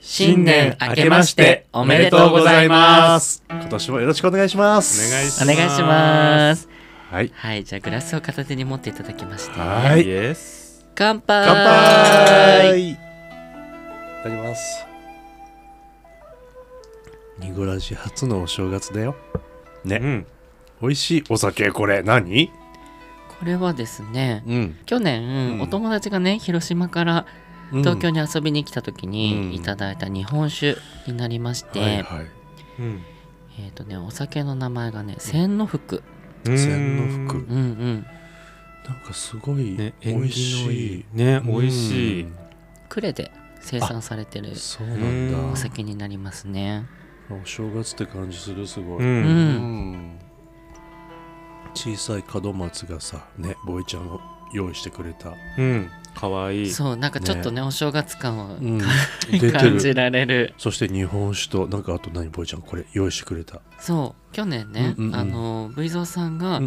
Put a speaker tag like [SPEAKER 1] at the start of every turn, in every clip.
[SPEAKER 1] 新年明けましておめでとうございます
[SPEAKER 2] 今年もよろしくお願いします
[SPEAKER 3] お願いし
[SPEAKER 1] お願いします
[SPEAKER 2] はい
[SPEAKER 1] はいじゃあグラスを片手に持っていただきまして
[SPEAKER 2] は
[SPEAKER 3] イ
[SPEAKER 2] い
[SPEAKER 3] エス。
[SPEAKER 1] 乾杯
[SPEAKER 2] 乾杯いただきますニゴラジ初のお正月だよ
[SPEAKER 3] う
[SPEAKER 2] ね
[SPEAKER 3] ん。
[SPEAKER 2] 美味しいお酒これ何
[SPEAKER 1] これはですね
[SPEAKER 2] うん
[SPEAKER 1] 去年、
[SPEAKER 2] うん
[SPEAKER 1] お友達がね広島から東京に遊びに来た時
[SPEAKER 2] うん
[SPEAKER 1] にいただいた日本酒になりまして、
[SPEAKER 2] はいはい
[SPEAKER 3] うん。
[SPEAKER 1] えっ、とねお酒の名前がね千の福
[SPEAKER 2] 千の福
[SPEAKER 1] うんうん
[SPEAKER 2] なんかすごい
[SPEAKER 3] ね、
[SPEAKER 2] 美
[SPEAKER 3] 縁
[SPEAKER 2] 味
[SPEAKER 3] 起のい
[SPEAKER 2] し
[SPEAKER 3] い。ね、美味し
[SPEAKER 2] う
[SPEAKER 3] い。
[SPEAKER 1] 呉で生産されてる
[SPEAKER 2] いそうなん
[SPEAKER 3] うん
[SPEAKER 1] お
[SPEAKER 2] だ
[SPEAKER 1] 酒になりますね
[SPEAKER 2] お正月って感じするすご
[SPEAKER 3] う
[SPEAKER 2] い
[SPEAKER 1] うん、
[SPEAKER 3] ん。
[SPEAKER 2] 小さい門松がさねボイちゃんを用意してくれた、
[SPEAKER 3] うん。かわいい。
[SPEAKER 1] そうなんかちょっとねお正月 感を、
[SPEAKER 2] 出て
[SPEAKER 1] 感じ
[SPEAKER 2] る
[SPEAKER 1] られる
[SPEAKER 2] そして日本酒となんかあと何ボイちゃんこれ用意してくれた、
[SPEAKER 1] そう去年ね、
[SPEAKER 2] うんうんうん
[SPEAKER 1] あの V 蔵さんが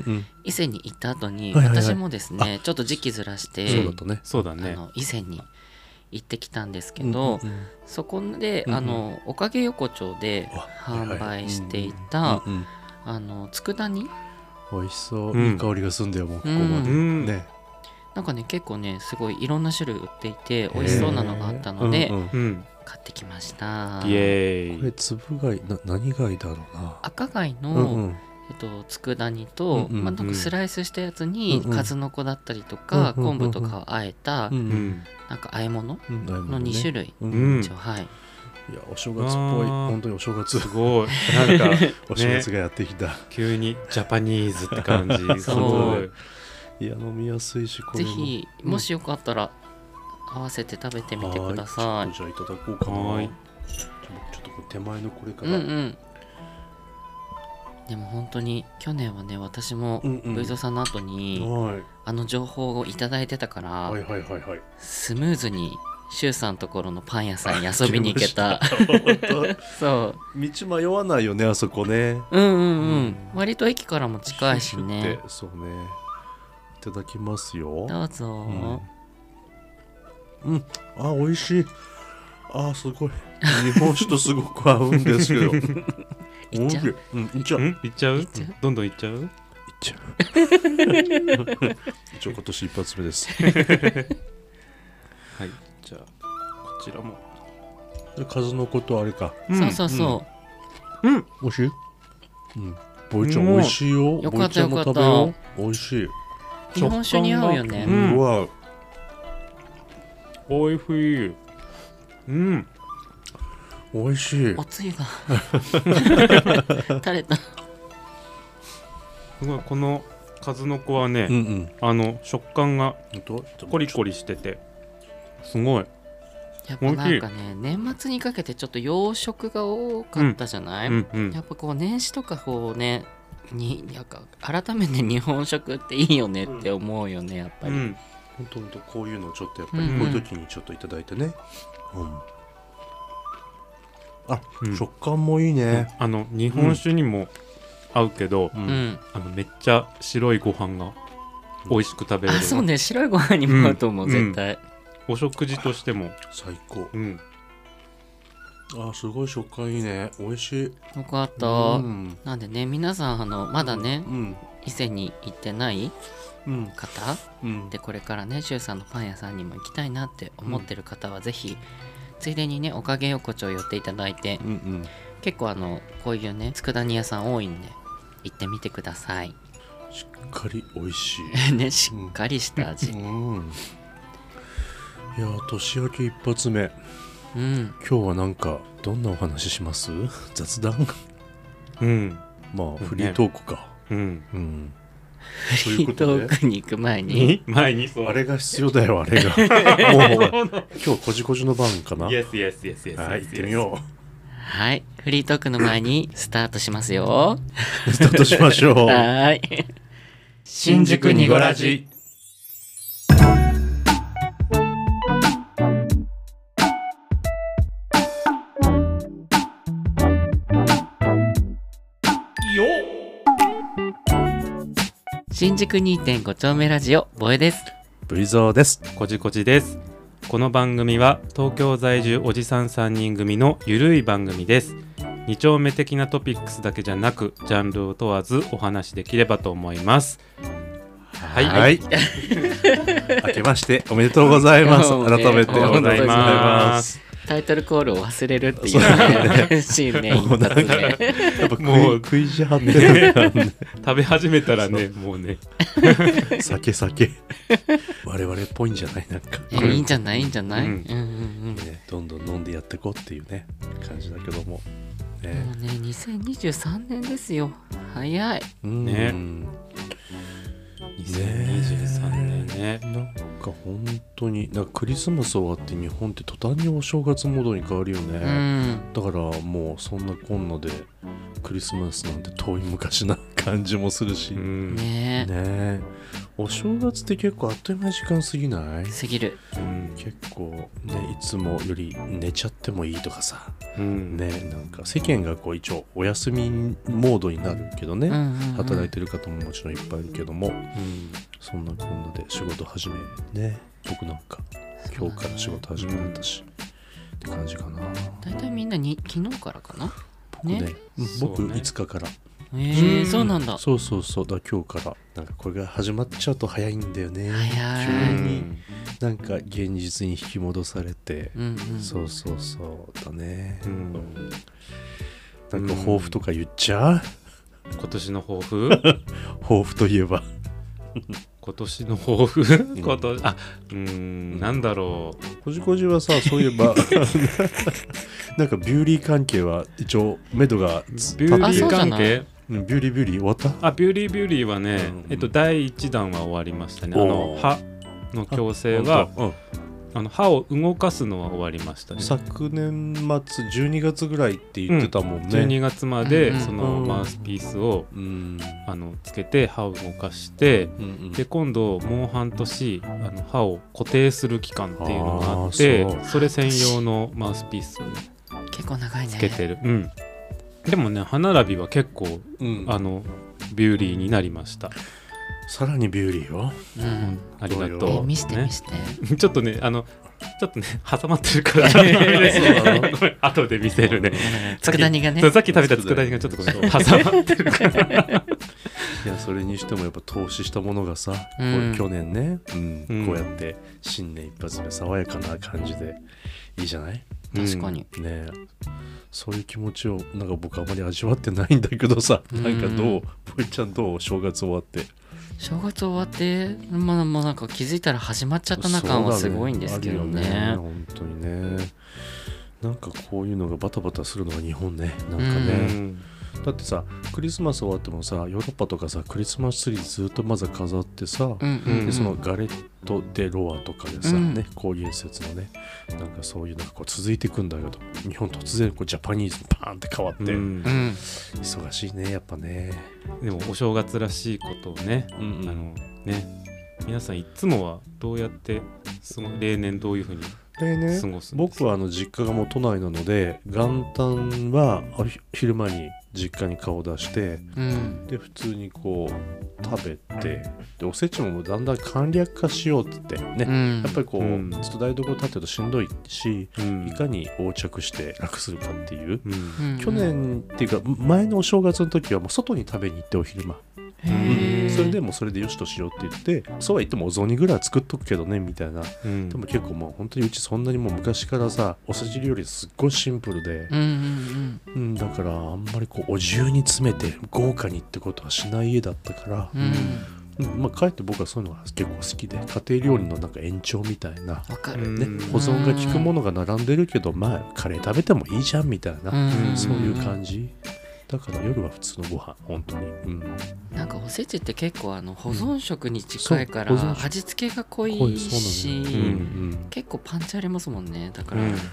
[SPEAKER 1] 伊勢に行った後に、
[SPEAKER 2] はいはいはい
[SPEAKER 1] 私もですねちょっと時期ずらして
[SPEAKER 2] そうだったね
[SPEAKER 3] そうだ
[SPEAKER 1] あ
[SPEAKER 3] ね。
[SPEAKER 1] の伊勢に行ってきたんですけど、
[SPEAKER 2] うんうんうん
[SPEAKER 1] そこで、
[SPEAKER 2] うんうん
[SPEAKER 1] あのおかげ横丁で
[SPEAKER 2] あ
[SPEAKER 1] 販
[SPEAKER 2] はいはい
[SPEAKER 1] 売していた
[SPEAKER 2] うんうん
[SPEAKER 1] あの佃煮
[SPEAKER 2] 美味しそう、
[SPEAKER 3] うん
[SPEAKER 2] いい香りがすんだよもうここ
[SPEAKER 3] う
[SPEAKER 2] まで、
[SPEAKER 3] ん。
[SPEAKER 2] ね
[SPEAKER 1] なんかね結構ねすごいいろんな種類売っていて美味しそうなのがあったので、
[SPEAKER 2] うんうんこ
[SPEAKER 3] うん。
[SPEAKER 1] 買ってきました
[SPEAKER 3] イエー
[SPEAKER 2] れ
[SPEAKER 3] イ。
[SPEAKER 2] 粒貝な何貝だろうな
[SPEAKER 1] 赤貝の、
[SPEAKER 2] うんうん
[SPEAKER 1] えっと、佃煮と、
[SPEAKER 2] うんうんうん
[SPEAKER 1] まあ、なんかスライスしたやつに、
[SPEAKER 2] うんうん
[SPEAKER 1] 数の子だったりとか、
[SPEAKER 2] うんうんうんうん
[SPEAKER 1] 昆布とかをあえた、
[SPEAKER 2] う
[SPEAKER 3] うんん。
[SPEAKER 1] なんか和え物
[SPEAKER 2] うん
[SPEAKER 1] の2種類、
[SPEAKER 2] うん
[SPEAKER 3] うん
[SPEAKER 1] 一応はい
[SPEAKER 2] いやお正月っぽい
[SPEAKER 3] あー
[SPEAKER 2] 本当にお正月
[SPEAKER 3] すごい。なんか、
[SPEAKER 2] お正月がやってきた、
[SPEAKER 3] 急にジャパニーズって感 じ。すごい。
[SPEAKER 2] いや飲みやすいしこれ
[SPEAKER 1] ぜ
[SPEAKER 2] も
[SPEAKER 1] ひ
[SPEAKER 2] うん
[SPEAKER 1] もしよかったら合わせて食べてみてくださ
[SPEAKER 2] はいーちょっとじゃあいただこうかな
[SPEAKER 3] はーい
[SPEAKER 2] ちょちょっとこれ手前のこれか
[SPEAKER 1] うん
[SPEAKER 2] ら、
[SPEAKER 1] うんでも本当に去年はね私も
[SPEAKER 2] うんうん
[SPEAKER 1] V ゾさんの後に
[SPEAKER 2] はい
[SPEAKER 1] あの情報をいただいてたから
[SPEAKER 2] はいはいはいはい
[SPEAKER 1] スムーズにシュウさんところのパン屋さんに遊びに行けた
[SPEAKER 2] 本
[SPEAKER 1] そ
[SPEAKER 2] 当道迷わないよねあそこね
[SPEAKER 1] ううんうんうん、
[SPEAKER 2] うん
[SPEAKER 1] 割と駅からも近いし
[SPEAKER 2] シュッ
[SPEAKER 1] ね
[SPEAKER 2] てそうねいただきますよ
[SPEAKER 1] どうぞ、
[SPEAKER 2] んあ美味しいあーすごい日本酒とすごく合うんで すけど
[SPEAKER 1] いっちゃう
[SPEAKER 2] 美味しいうんいっちゃう
[SPEAKER 3] うん。いっちゃう
[SPEAKER 1] っちゃう
[SPEAKER 3] どんどんいっちゃう
[SPEAKER 2] いっちゃう一応今年一発目 です
[SPEAKER 3] はい。じゃあ、こちらも。
[SPEAKER 2] で数の子とあれか
[SPEAKER 1] そうそうそ
[SPEAKER 2] 美味しいうんボイちゃん美味しいよ
[SPEAKER 1] よ
[SPEAKER 2] ボ
[SPEAKER 1] か
[SPEAKER 2] イ
[SPEAKER 1] っ
[SPEAKER 2] ち
[SPEAKER 1] た
[SPEAKER 2] ゃん
[SPEAKER 1] よ
[SPEAKER 2] も
[SPEAKER 1] かった、
[SPEAKER 2] 食べよう美味しいう
[SPEAKER 1] 日本酒に合うよね、
[SPEAKER 3] ん
[SPEAKER 2] うわ
[SPEAKER 3] おいしい。うん。
[SPEAKER 2] 美味しい
[SPEAKER 1] おつゆが 垂れた
[SPEAKER 3] すごい。この数の子はね、
[SPEAKER 2] うんうん
[SPEAKER 3] あの、食感が
[SPEAKER 2] 本当
[SPEAKER 3] コリコリしてて。すごい。
[SPEAKER 1] やっぱなんかね年末にかけてちょっと洋食が多かったじゃない、
[SPEAKER 3] うんうん
[SPEAKER 1] や。っぱこう年始とかこうねになんか改めて日本食っていいよねって思うよねやっぱ
[SPEAKER 3] う
[SPEAKER 1] り、
[SPEAKER 3] ん。
[SPEAKER 2] 本当本当こういうのをちょっとやっぱり
[SPEAKER 1] うん
[SPEAKER 2] こういう時にちょっといただいてねうんあ
[SPEAKER 3] うん
[SPEAKER 2] 食感もいいね
[SPEAKER 3] あの日本酒にも合うけど、
[SPEAKER 2] う
[SPEAKER 1] うん
[SPEAKER 2] ん
[SPEAKER 3] あのめっちゃ白いご飯が美味しく食べれる、
[SPEAKER 1] あそうね白いご飯にも合うと思う、
[SPEAKER 3] うん
[SPEAKER 1] 絶対、
[SPEAKER 3] お食事としても、
[SPEAKER 2] 最高
[SPEAKER 3] うん、
[SPEAKER 2] あすごい食感いいね美味しい
[SPEAKER 1] よかった、
[SPEAKER 2] うん
[SPEAKER 1] なんでね皆さんあのまだね
[SPEAKER 2] うん
[SPEAKER 1] 伊勢に行ってない
[SPEAKER 2] うん
[SPEAKER 1] 方
[SPEAKER 2] うん
[SPEAKER 1] でこれからね柊さんのパン屋さんにも行きたいなって思ってる方はぜひ、ついでにねおかげ横丁寄っていただいて
[SPEAKER 2] うんうん
[SPEAKER 1] 結構あのこういうね佃煮屋さん多いんで行ってみてください
[SPEAKER 2] しっかり美味し い
[SPEAKER 1] ねしっかりした味
[SPEAKER 2] うんいやー年明け一発目
[SPEAKER 1] うん
[SPEAKER 2] 今日はなんかどんなお話しします雑談
[SPEAKER 3] うん、
[SPEAKER 2] まあ
[SPEAKER 3] ね
[SPEAKER 2] フリートークか、
[SPEAKER 3] うん、
[SPEAKER 2] うん
[SPEAKER 1] フ
[SPEAKER 2] とい
[SPEAKER 1] リ
[SPEAKER 2] うこ
[SPEAKER 1] ー
[SPEAKER 2] と
[SPEAKER 1] ト
[SPEAKER 2] で
[SPEAKER 1] ークに行く前に
[SPEAKER 3] に前にそう
[SPEAKER 2] あれが必要だよあれがもう今日こじこじの番かな
[SPEAKER 3] イエスイエスイエスイエス
[SPEAKER 2] はい行ってみよ
[SPEAKER 1] はいフリートークの前にスタートしますよ
[SPEAKER 2] うスタートしましょう
[SPEAKER 1] はーい新宿にごらじ
[SPEAKER 3] よ
[SPEAKER 1] 新宿2.5丁目ラジオボエです
[SPEAKER 2] ブリゾーです
[SPEAKER 3] っこじこじですこの番組は東京在住おじさん3人組のゆるい番組です二丁目的なトピックスだけじゃなくジャンルを問わずお話しできればと思いますはい
[SPEAKER 2] はい 明けましておめでとうございます
[SPEAKER 1] おめ
[SPEAKER 2] 改
[SPEAKER 1] でとうございます
[SPEAKER 2] めておめでとうございます
[SPEAKER 1] タイトルコールを忘れるってい
[SPEAKER 2] そう
[SPEAKER 1] うねシーンね
[SPEAKER 2] もう
[SPEAKER 1] 一
[SPEAKER 2] なんか
[SPEAKER 1] 発で
[SPEAKER 2] やっぱ
[SPEAKER 3] も
[SPEAKER 2] も
[SPEAKER 3] う
[SPEAKER 2] う食いしはってるからね
[SPEAKER 3] 食べ始めたらねもうね
[SPEAKER 2] 酒酒我々っぽいんじゃないなんか、
[SPEAKER 1] えいいんじゃないいいんじゃない、う
[SPEAKER 3] うんん、
[SPEAKER 1] うんうん
[SPEAKER 2] ね、どんどん飲んでやっていこうっていうね感じだけども
[SPEAKER 1] も
[SPEAKER 2] ね
[SPEAKER 1] うね2023年ですよ早い
[SPEAKER 2] うん
[SPEAKER 3] ね
[SPEAKER 2] 2023
[SPEAKER 3] 2023
[SPEAKER 2] 年
[SPEAKER 3] 年ね
[SPEAKER 2] なんか本当になんかクリスマス終わって日本って途端にお正月モードに変わるよね、
[SPEAKER 1] うん
[SPEAKER 2] だからもうそんなこんなでクリスマスなんて遠い昔な感じもするし、
[SPEAKER 3] う
[SPEAKER 2] ね
[SPEAKER 3] ん、
[SPEAKER 1] ねえ
[SPEAKER 2] えお正月って結構あっという間に時間過ぎない
[SPEAKER 1] すぎる
[SPEAKER 3] うん
[SPEAKER 2] 結構ねいつもより寝ちゃってもいいとかさ
[SPEAKER 3] うん
[SPEAKER 2] ねなんか世間がこう一応お休みモードになるけどね、
[SPEAKER 1] うんうんうん
[SPEAKER 2] 働いてる方ももちろんいっぱいいるけども
[SPEAKER 3] うん
[SPEAKER 2] そんなこんなで仕事始めね僕なんか今日から仕事始めだったし、って感じかな
[SPEAKER 1] 大体みんなに昨日からかな
[SPEAKER 2] 僕ね
[SPEAKER 1] ね
[SPEAKER 2] うん
[SPEAKER 3] そう
[SPEAKER 2] 僕
[SPEAKER 3] ね
[SPEAKER 2] 5日から
[SPEAKER 1] え
[SPEAKER 3] う
[SPEAKER 1] ー、
[SPEAKER 3] ん
[SPEAKER 1] そうなんだ
[SPEAKER 2] そうそうそうだから今日からなんかこれが始まっちゃうと早いんだよね
[SPEAKER 1] 早い
[SPEAKER 2] 急になんか現実に引き戻されて、
[SPEAKER 1] うんうん
[SPEAKER 2] そうそうそうだね、
[SPEAKER 3] うん
[SPEAKER 2] なんか抱負とか言っちゃう、
[SPEAKER 3] 今年の抱 負
[SPEAKER 2] 抱負といえば
[SPEAKER 3] 今年の抱負今年あうんなんだろ
[SPEAKER 2] こじこじはさそういえば なんかビューリー関係は一応目処が
[SPEAKER 3] う
[SPEAKER 2] つ
[SPEAKER 3] ビュー
[SPEAKER 1] あ
[SPEAKER 3] リ
[SPEAKER 1] そ
[SPEAKER 3] ー
[SPEAKER 1] うじゃ
[SPEAKER 3] 関
[SPEAKER 1] ない
[SPEAKER 3] 係
[SPEAKER 2] うんビューリービューリー終わった
[SPEAKER 3] あビューリービューリーはね、
[SPEAKER 2] うん
[SPEAKER 3] えっと第1弾は終わりましたねあ
[SPEAKER 2] お
[SPEAKER 3] の
[SPEAKER 2] ー
[SPEAKER 3] 歯の矯正は
[SPEAKER 2] ほんと
[SPEAKER 3] あの歯を動かすのは終わりました
[SPEAKER 2] うん
[SPEAKER 3] ね
[SPEAKER 2] 昨年末12月ぐらいって言ってたもんね、
[SPEAKER 3] 12月まで、
[SPEAKER 1] うんうん
[SPEAKER 3] その
[SPEAKER 2] うん
[SPEAKER 3] マウスピースを
[SPEAKER 2] うん
[SPEAKER 3] あのつけて歯を動かして
[SPEAKER 2] うんうん
[SPEAKER 3] で今度もう半年あの歯を固定する期間っていうのがあって
[SPEAKER 2] あー
[SPEAKER 3] それ専用のマウスピースをね
[SPEAKER 1] 結構長いね
[SPEAKER 3] つけてる、うんでもね歯並びは結構
[SPEAKER 2] うん
[SPEAKER 3] あのビューリーになりました、
[SPEAKER 2] さらにビューリーは
[SPEAKER 1] う
[SPEAKER 3] うんん、ありがとう、
[SPEAKER 1] え見して
[SPEAKER 3] ね
[SPEAKER 1] 見 して、
[SPEAKER 3] ちょっとね、あの、ちょっとね、挟まってるから、
[SPEAKER 2] なの
[SPEAKER 3] ごめん 後で見せるね。さっき
[SPEAKER 1] 佃煮がね
[SPEAKER 3] そうさっき食べた佃煮がちょっとごめん挟まってるから。
[SPEAKER 2] いやそれにしてもやっぱ投資したものがさ、こう
[SPEAKER 1] うん
[SPEAKER 2] 去年ね、うん
[SPEAKER 3] うん
[SPEAKER 2] こうやって新年一発目爽やかな感じでいいじゃない
[SPEAKER 1] 確かに、
[SPEAKER 2] ねえそういう気持ちをなんか僕あまり味わってないんだけどさ、
[SPEAKER 1] うん
[SPEAKER 2] なんかどうぽいちゃんどう正月終わって
[SPEAKER 1] 正月終わってまあもうなんか気づいたら始まっちゃったな感はすごいんですけどね
[SPEAKER 2] そうだあるよ本当にねなんかこういうのがバタバタするのが日本ねなんか
[SPEAKER 3] う
[SPEAKER 2] ね、
[SPEAKER 3] ん
[SPEAKER 2] だってさクリスマス終わってもさヨーロッパとかさクリスマスツリーずっとまず飾ってさ、
[SPEAKER 1] うんうん
[SPEAKER 3] う
[SPEAKER 2] で
[SPEAKER 3] ん
[SPEAKER 2] そのガレット・デ・ロアとかでさ、
[SPEAKER 1] うん
[SPEAKER 2] ね、こういう説のねなんかそういうのがこう続いていくんだけど日本突然こうジャパニーズにパーンって変わって、
[SPEAKER 3] うん
[SPEAKER 1] うん
[SPEAKER 2] 忙しいねやっぱね、
[SPEAKER 3] でも、お正月らしいことをね、あ
[SPEAKER 2] あの
[SPEAKER 3] の、ね、皆さんいつもはどうやって、すご例年どういうふうに
[SPEAKER 2] でね
[SPEAKER 3] 過ごすの
[SPEAKER 2] 僕はあの実家がもう都内なので元旦はあひ昼間に実家に顔を出して
[SPEAKER 1] うん
[SPEAKER 2] で普通にこう食べてでおせちももうだんだん簡略化しようっつってね、
[SPEAKER 1] うん
[SPEAKER 2] やっぱりこう、
[SPEAKER 3] うん
[SPEAKER 2] ちょっと台所立ってるとしんどいし
[SPEAKER 3] うん
[SPEAKER 2] いかに横着して楽するかっていう、
[SPEAKER 3] うん
[SPEAKER 1] うん
[SPEAKER 2] 去年っていうか前のお正月の時はもう外に食べに行ってお昼間、
[SPEAKER 1] へ
[SPEAKER 3] う
[SPEAKER 1] ー
[SPEAKER 3] ん
[SPEAKER 2] それでもうそれでよしとしようって言ってそうは言ってもお雑煮ぐらいは作っとくけどねみたいな
[SPEAKER 3] うん
[SPEAKER 2] でも結構もう本当にうちそんなにもう昔からさおせち料理すっごいシンプルで
[SPEAKER 1] う、んうん
[SPEAKER 2] うん、だからあんまりこうお重に詰めて豪華にってことはしない家だったから
[SPEAKER 1] うんう、ん
[SPEAKER 2] うんまあ、かえって僕はそういうのが結構好きで家庭料理のなんか延長みたいな、
[SPEAKER 1] わか
[SPEAKER 3] う
[SPEAKER 1] る
[SPEAKER 3] ん
[SPEAKER 2] ね、保存が効くものが並んでるけどまあカレー食べてもいいじゃんみたいな、
[SPEAKER 1] ん
[SPEAKER 2] そういう
[SPEAKER 1] じ
[SPEAKER 2] 感じだから夜は普通のご飯本当に、うん、
[SPEAKER 1] なんかおせちって結構あの保存食に近いから、
[SPEAKER 2] うんそう保存食
[SPEAKER 1] 味付けが濃
[SPEAKER 2] 濃
[SPEAKER 1] い
[SPEAKER 2] いそう
[SPEAKER 1] し
[SPEAKER 2] な
[SPEAKER 3] よ
[SPEAKER 2] うん
[SPEAKER 3] うん
[SPEAKER 2] うん
[SPEAKER 1] 結構パンチありますもんねだか
[SPEAKER 3] う
[SPEAKER 1] ら、
[SPEAKER 3] ん
[SPEAKER 2] だか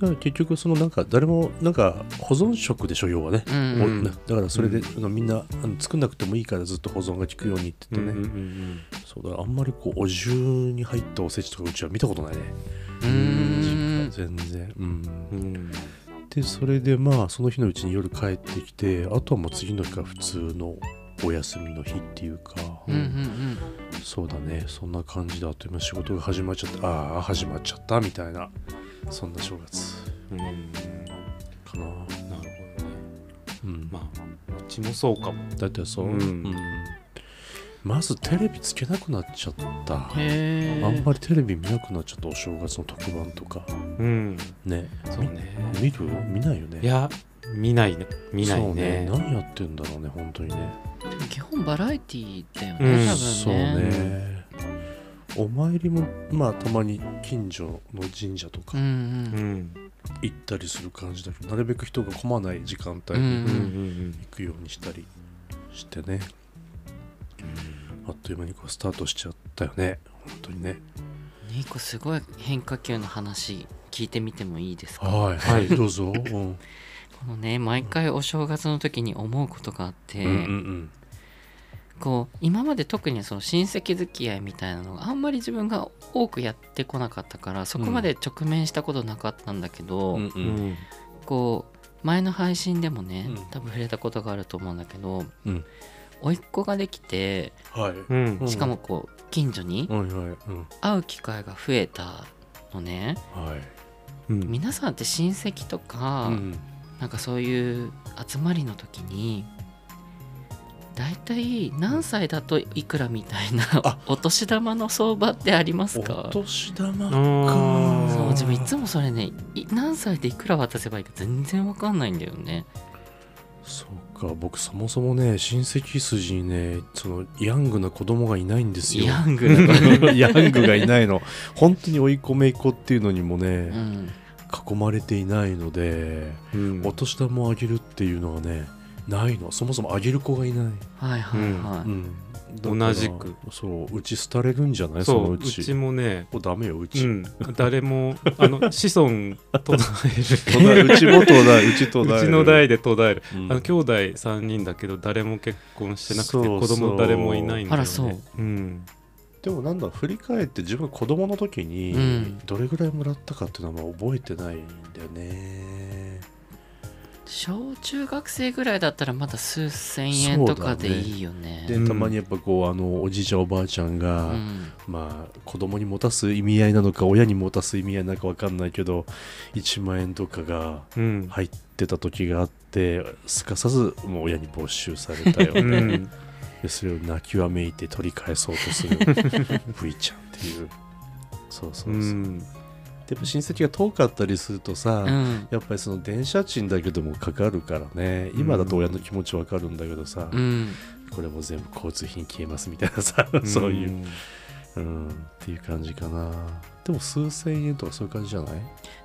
[SPEAKER 2] ら結局そのなんか誰もなんか保存食でしょ要はね、
[SPEAKER 1] うん
[SPEAKER 2] お
[SPEAKER 3] うん
[SPEAKER 2] ねだからそれで、
[SPEAKER 3] うん
[SPEAKER 2] あのみんなあの作んなくてもいいからずっと保存が効くようにって
[SPEAKER 3] う
[SPEAKER 2] 言っ
[SPEAKER 3] ん
[SPEAKER 2] て
[SPEAKER 3] う
[SPEAKER 2] ね、
[SPEAKER 3] ん
[SPEAKER 2] そうだあんまりこうお重に入ったおせちとかうちは見たことないね
[SPEAKER 1] うーん
[SPEAKER 2] 全然うん
[SPEAKER 3] うんうん
[SPEAKER 2] でそれでまあその日のうちに夜帰ってきてあとはもう次の日が普通のお休みの日っていうか、
[SPEAKER 1] うんうんうん
[SPEAKER 2] そうだねそんな感じだと今仕事が始まっちゃったああ始まっちゃったみたいなそんな正月
[SPEAKER 3] うんなる
[SPEAKER 2] かな
[SPEAKER 3] ほどね
[SPEAKER 2] うん
[SPEAKER 3] まあうちもそうかも
[SPEAKER 2] だってそう、
[SPEAKER 3] うん
[SPEAKER 2] まずテレビつけなくなっちゃった
[SPEAKER 1] へ
[SPEAKER 2] あんまりテレビ見なくなっちゃったお正月の特番とか
[SPEAKER 3] うん
[SPEAKER 2] ね
[SPEAKER 3] そうね
[SPEAKER 2] み見る見ないよね
[SPEAKER 3] いや見ないね見ない
[SPEAKER 2] そう
[SPEAKER 3] ね
[SPEAKER 2] 何やってんだろうね本当にね
[SPEAKER 1] 基本バラエティーだよね、
[SPEAKER 3] うん
[SPEAKER 1] 多
[SPEAKER 2] そう
[SPEAKER 1] 分ね
[SPEAKER 2] ねお参りもまあたまに近所の神社と
[SPEAKER 1] う
[SPEAKER 2] か
[SPEAKER 1] ん
[SPEAKER 3] う
[SPEAKER 1] うん
[SPEAKER 3] ん
[SPEAKER 2] 行ったりする感じだけど、なるべく人が混まない時間帯
[SPEAKER 1] う
[SPEAKER 3] うん
[SPEAKER 2] に
[SPEAKER 1] ん
[SPEAKER 3] うんうん
[SPEAKER 2] 行くようにしたりしてね、あっという間にこうスタートしちゃったよね本当にね
[SPEAKER 1] ニーコすごい変化球の話聞いてみてもいいですか
[SPEAKER 2] はいはいどうぞ、うん
[SPEAKER 1] このね毎回お正月の時に思うことがあって、
[SPEAKER 2] うんうん
[SPEAKER 1] こう今まで特にその親戚付き合いみたいなのがあんまり自分が多くやってこなかったからそこまで直面したことなかったんだけど、
[SPEAKER 2] うん
[SPEAKER 3] う
[SPEAKER 2] うん
[SPEAKER 3] ん
[SPEAKER 1] こう前の配信でもね、
[SPEAKER 2] うん
[SPEAKER 1] 多分触れたことがあると思うんだけど、
[SPEAKER 2] うん
[SPEAKER 1] 甥っ子ができて
[SPEAKER 2] はい
[SPEAKER 3] うん
[SPEAKER 2] うん
[SPEAKER 1] しかもこう近所に
[SPEAKER 2] はいはいうん
[SPEAKER 1] 会う機会が増えたのね、
[SPEAKER 2] はい
[SPEAKER 3] うん
[SPEAKER 1] 皆さんって親戚とか、
[SPEAKER 2] うん
[SPEAKER 1] なんかそういう集まりの時に大体何歳だといくらみたいな
[SPEAKER 2] あ
[SPEAKER 1] お年玉の相場ってあります
[SPEAKER 2] お
[SPEAKER 1] か
[SPEAKER 2] 年玉
[SPEAKER 3] あ
[SPEAKER 2] か
[SPEAKER 3] ー
[SPEAKER 1] そう自分いつ
[SPEAKER 2] も
[SPEAKER 1] もそれねい何歳でいくら渡せばいいか全然わかんないんだよね
[SPEAKER 2] そうか僕そもそもね親戚筋にねそのヤングな子供がいないんですよ
[SPEAKER 1] ヤングだから、
[SPEAKER 2] ヤングがいないの本当に追い込めいこっていうのにも
[SPEAKER 1] う
[SPEAKER 2] ね、
[SPEAKER 1] ん、
[SPEAKER 2] 囲まれていないので
[SPEAKER 3] うん
[SPEAKER 2] お年玉をあげるっていうのはねないのそもそもあげる子がいない、
[SPEAKER 1] はいはいはい、
[SPEAKER 2] うんだから
[SPEAKER 3] 同じく
[SPEAKER 2] そううち廃れるんじゃないそ
[SPEAKER 3] そ
[SPEAKER 2] の
[SPEAKER 3] う
[SPEAKER 2] う
[SPEAKER 3] う
[SPEAKER 2] ち
[SPEAKER 3] ちもね
[SPEAKER 2] おダメよう
[SPEAKER 3] う
[SPEAKER 2] ち、
[SPEAKER 3] ん誰もあの子孫途絶
[SPEAKER 2] 途
[SPEAKER 3] え る
[SPEAKER 2] 絶えうちも途絶えうち途絶え
[SPEAKER 3] う
[SPEAKER 2] る
[SPEAKER 3] ちの代で途絶える
[SPEAKER 2] うん
[SPEAKER 3] あの兄弟3人だけど誰も結婚してなくて
[SPEAKER 2] そうそう
[SPEAKER 3] 子供誰もいないんだよ、ね、
[SPEAKER 1] あらそう
[SPEAKER 3] うん
[SPEAKER 2] でもなんだ振り返って自分が子供の時
[SPEAKER 1] う
[SPEAKER 2] に
[SPEAKER 1] ん
[SPEAKER 2] どれぐらいもらったかっていうのはまあ覚えてないんだよね、
[SPEAKER 1] 小中学生ぐらいだったらまだ数千円とかでいいよね
[SPEAKER 2] で
[SPEAKER 3] うん
[SPEAKER 2] たまにやっぱこうあのおじいちゃんおばあちゃん
[SPEAKER 1] う
[SPEAKER 2] が、
[SPEAKER 1] ん、
[SPEAKER 2] まあ子供に持たす意味合いなのか親に持たす意味合いなのか分かんないけど1万円とかが
[SPEAKER 3] うん、
[SPEAKER 2] 入ってた時があってすかさずもう親に没収されたよね、
[SPEAKER 3] うん
[SPEAKER 2] でそれを泣きわめいて取り返そうとす る V ちゃんっていうそうそう
[SPEAKER 3] う
[SPEAKER 2] そう、
[SPEAKER 3] ん
[SPEAKER 2] でも親戚が遠かったりするとさ、
[SPEAKER 1] うん
[SPEAKER 2] やっぱりその電車賃だけでもかかるからね今だと親の気持ちわかるんだけどさ、
[SPEAKER 1] うん
[SPEAKER 2] これも全部交通費に消えますみたいなさ、そういううん、っていう感じかな。でも数千円とかそういう感じじゃない、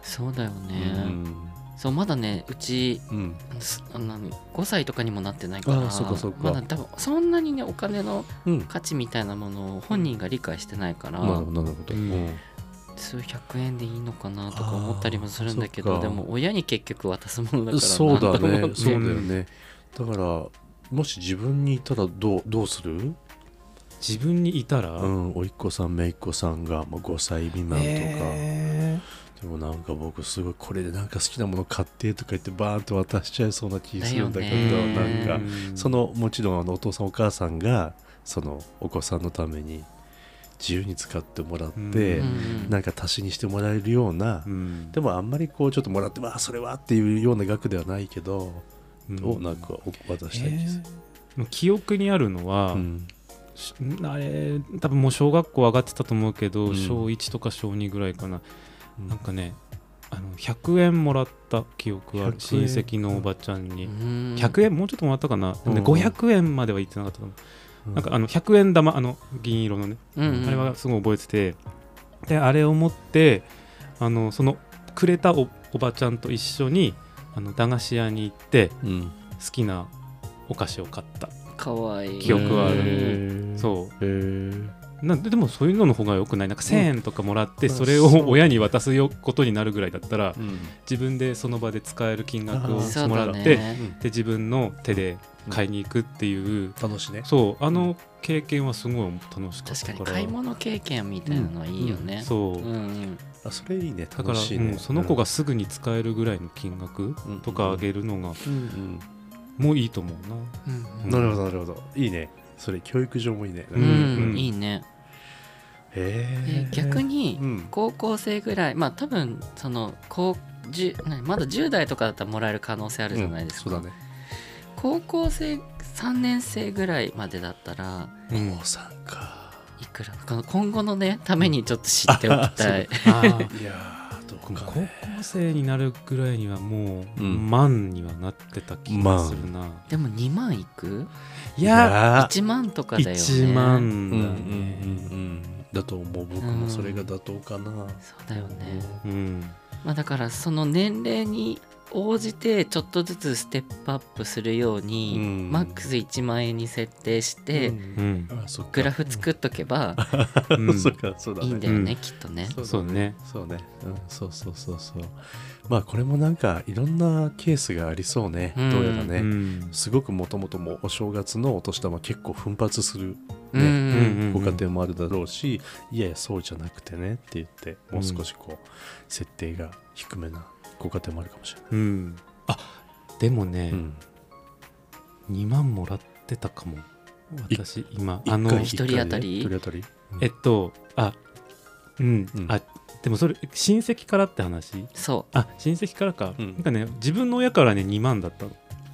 [SPEAKER 1] そうだよね、
[SPEAKER 2] うん。
[SPEAKER 1] そうまだねうち
[SPEAKER 2] うん。
[SPEAKER 1] すあの5歳とかにもなってないから
[SPEAKER 2] あーそっかそっか
[SPEAKER 1] まだ多分そんなにねお金の
[SPEAKER 2] うん。
[SPEAKER 1] 価値みたいなものを本人が理解してないから、
[SPEAKER 2] なるほど、なるほど。
[SPEAKER 3] うん
[SPEAKER 1] 数百円でいいのかなとか思ったりもするんだけ
[SPEAKER 2] あー
[SPEAKER 1] ど
[SPEAKER 2] そっ
[SPEAKER 1] で
[SPEAKER 2] か
[SPEAKER 1] も親に結局渡すものだか
[SPEAKER 2] う
[SPEAKER 1] ら
[SPEAKER 2] んそうだ
[SPEAKER 1] なんとも
[SPEAKER 2] ね。そう
[SPEAKER 1] ね
[SPEAKER 2] だよね。だから、もし自分にいたらどうどうする
[SPEAKER 3] 自分にいたら、
[SPEAKER 2] うん、おいっ子さん、めいっ子さんが、まあ、5歳未満とか、
[SPEAKER 3] え
[SPEAKER 2] でもなんか僕、すごいこれでなんか好きなもの買ってとか言って、バーンと渡しちゃいそうな気するんだけど、
[SPEAKER 1] だよ
[SPEAKER 2] なん
[SPEAKER 1] ね
[SPEAKER 2] か
[SPEAKER 3] う、ん
[SPEAKER 2] そのもちろんあのお父さんお母さんがそのお子さんのために自由に使ってもらって、
[SPEAKER 3] うん
[SPEAKER 2] なんか足しにしてもらえるような、
[SPEAKER 3] うん
[SPEAKER 2] でもあんまりこうちょっともらってわあそれはっていうような額ではないけど、
[SPEAKER 3] うん
[SPEAKER 2] をなんかお渡したいでする、
[SPEAKER 3] えー記憶にあるのは、
[SPEAKER 2] うん
[SPEAKER 3] しあれ多分もう小学校上がってたと思うけど、
[SPEAKER 2] うん
[SPEAKER 3] 小1とか小2ぐらいかな、
[SPEAKER 2] うん
[SPEAKER 3] なんかねあの100円もらった記憶は
[SPEAKER 2] 100円
[SPEAKER 3] 親戚のおばちゃんに、
[SPEAKER 1] うん
[SPEAKER 3] 100円もうちょっともらったかな、でもね
[SPEAKER 2] うん
[SPEAKER 3] 500円までは行ってなかったと思う
[SPEAKER 2] う
[SPEAKER 3] なんかあの100円玉あの銀色のね、
[SPEAKER 1] うんうん
[SPEAKER 3] あれはすごい覚えててであれを持ってあのそのくれたおおばちゃんと一緒にあの駄菓子屋に行って
[SPEAKER 2] うん
[SPEAKER 3] 好きなお菓子を買った、
[SPEAKER 1] かわいい
[SPEAKER 3] 記憶はある
[SPEAKER 2] う
[SPEAKER 3] そ
[SPEAKER 2] へー
[SPEAKER 3] うなんででもそういうのの方が良くないなんか1000円とかもらって
[SPEAKER 2] うん
[SPEAKER 3] それを
[SPEAKER 2] まあそう
[SPEAKER 3] 親に渡すよことになるぐらいだったら
[SPEAKER 2] うん
[SPEAKER 3] 自分でその場で使える金額
[SPEAKER 2] あー
[SPEAKER 3] を
[SPEAKER 1] そう
[SPEAKER 3] もら
[SPEAKER 1] だ
[SPEAKER 3] って、
[SPEAKER 1] ね
[SPEAKER 2] うん
[SPEAKER 3] で自分の手で買いに行くっていう、
[SPEAKER 2] 楽しいね
[SPEAKER 3] そうあの経験はすごい楽しかった
[SPEAKER 1] 確
[SPEAKER 3] か
[SPEAKER 1] からに買い物経験みたいなのはいいよね
[SPEAKER 3] そう、
[SPEAKER 1] うんうん
[SPEAKER 2] あそれいいね
[SPEAKER 3] だか
[SPEAKER 2] 楽
[SPEAKER 3] ら、
[SPEAKER 2] しい
[SPEAKER 3] うん
[SPEAKER 2] ね
[SPEAKER 3] その子が、すぐに使えるぐらいの金額
[SPEAKER 2] うん
[SPEAKER 3] とかあげるのが
[SPEAKER 2] うんうん
[SPEAKER 3] もういいと思うな。
[SPEAKER 1] うんうん
[SPEAKER 2] なるほどなるほどいいねそれ教育上もいいね。
[SPEAKER 1] う、
[SPEAKER 3] うんん
[SPEAKER 1] いいね、
[SPEAKER 2] え
[SPEAKER 1] で逆に
[SPEAKER 2] うん
[SPEAKER 1] 高校生ぐらいまあ多分その高じゅ何まだ10代とかだったらもらえる可能性あるじゃないですか、
[SPEAKER 2] うんそうだね。
[SPEAKER 1] 高校生3年生ぐらいまでだったら
[SPEAKER 3] うん
[SPEAKER 2] おさんか。
[SPEAKER 1] いくらこの今後のねためにちょっと知っておきた い
[SPEAKER 3] あ ー
[SPEAKER 2] いやー、どうか
[SPEAKER 3] 高
[SPEAKER 2] ね。
[SPEAKER 3] 校生になるぐらいにはも
[SPEAKER 2] う
[SPEAKER 3] う
[SPEAKER 2] ん
[SPEAKER 3] 万にはなってた気がするな、
[SPEAKER 1] でも2万いく
[SPEAKER 3] いや
[SPEAKER 2] や
[SPEAKER 1] 1万とかだよね
[SPEAKER 3] 1万
[SPEAKER 2] ーう
[SPEAKER 3] だ
[SPEAKER 2] んうん
[SPEAKER 3] ね
[SPEAKER 2] うんうん。だと思う。僕もそれが妥当かな。
[SPEAKER 1] そうだよね、
[SPEAKER 3] うん、
[SPEAKER 1] まあ、だからその年齢に応じてちょっとずつステップアップするように、
[SPEAKER 2] うん
[SPEAKER 1] マックス1万円に設定して、
[SPEAKER 2] うん
[SPEAKER 3] うん
[SPEAKER 2] あそっか
[SPEAKER 1] グラフ作っとけば
[SPEAKER 3] うん
[SPEAKER 2] そっか、そうだ
[SPEAKER 1] い
[SPEAKER 2] ね。
[SPEAKER 1] いんだよね、
[SPEAKER 3] うん
[SPEAKER 1] きっとね。
[SPEAKER 3] そうね
[SPEAKER 2] そうね、うん、そうそうそうそうまあこれもなんかいろんなケースがありそうね、
[SPEAKER 1] うん
[SPEAKER 2] どうやらね、
[SPEAKER 3] うん
[SPEAKER 2] すごくもともともお正月のお年玉結構奮発する、
[SPEAKER 1] うん
[SPEAKER 2] ね
[SPEAKER 3] うんうん
[SPEAKER 2] ご家庭もあるだろうし、いやいやそうじゃなくてねって言ってもう少しこう、設定が低めなご家庭もあるかもしれない、
[SPEAKER 3] うんあでもね、
[SPEAKER 2] うん
[SPEAKER 3] 2万もらってたかも
[SPEAKER 2] い
[SPEAKER 3] 私今
[SPEAKER 2] 一
[SPEAKER 3] あの
[SPEAKER 2] 回
[SPEAKER 1] 一人当たり
[SPEAKER 2] 一回ね一人当たり
[SPEAKER 3] えっとあうん、
[SPEAKER 2] うん
[SPEAKER 3] あでもそれ親戚からって話
[SPEAKER 1] そ
[SPEAKER 3] あ親戚からか、
[SPEAKER 2] うん
[SPEAKER 3] なんかね自分の親からね2万だったの
[SPEAKER 1] う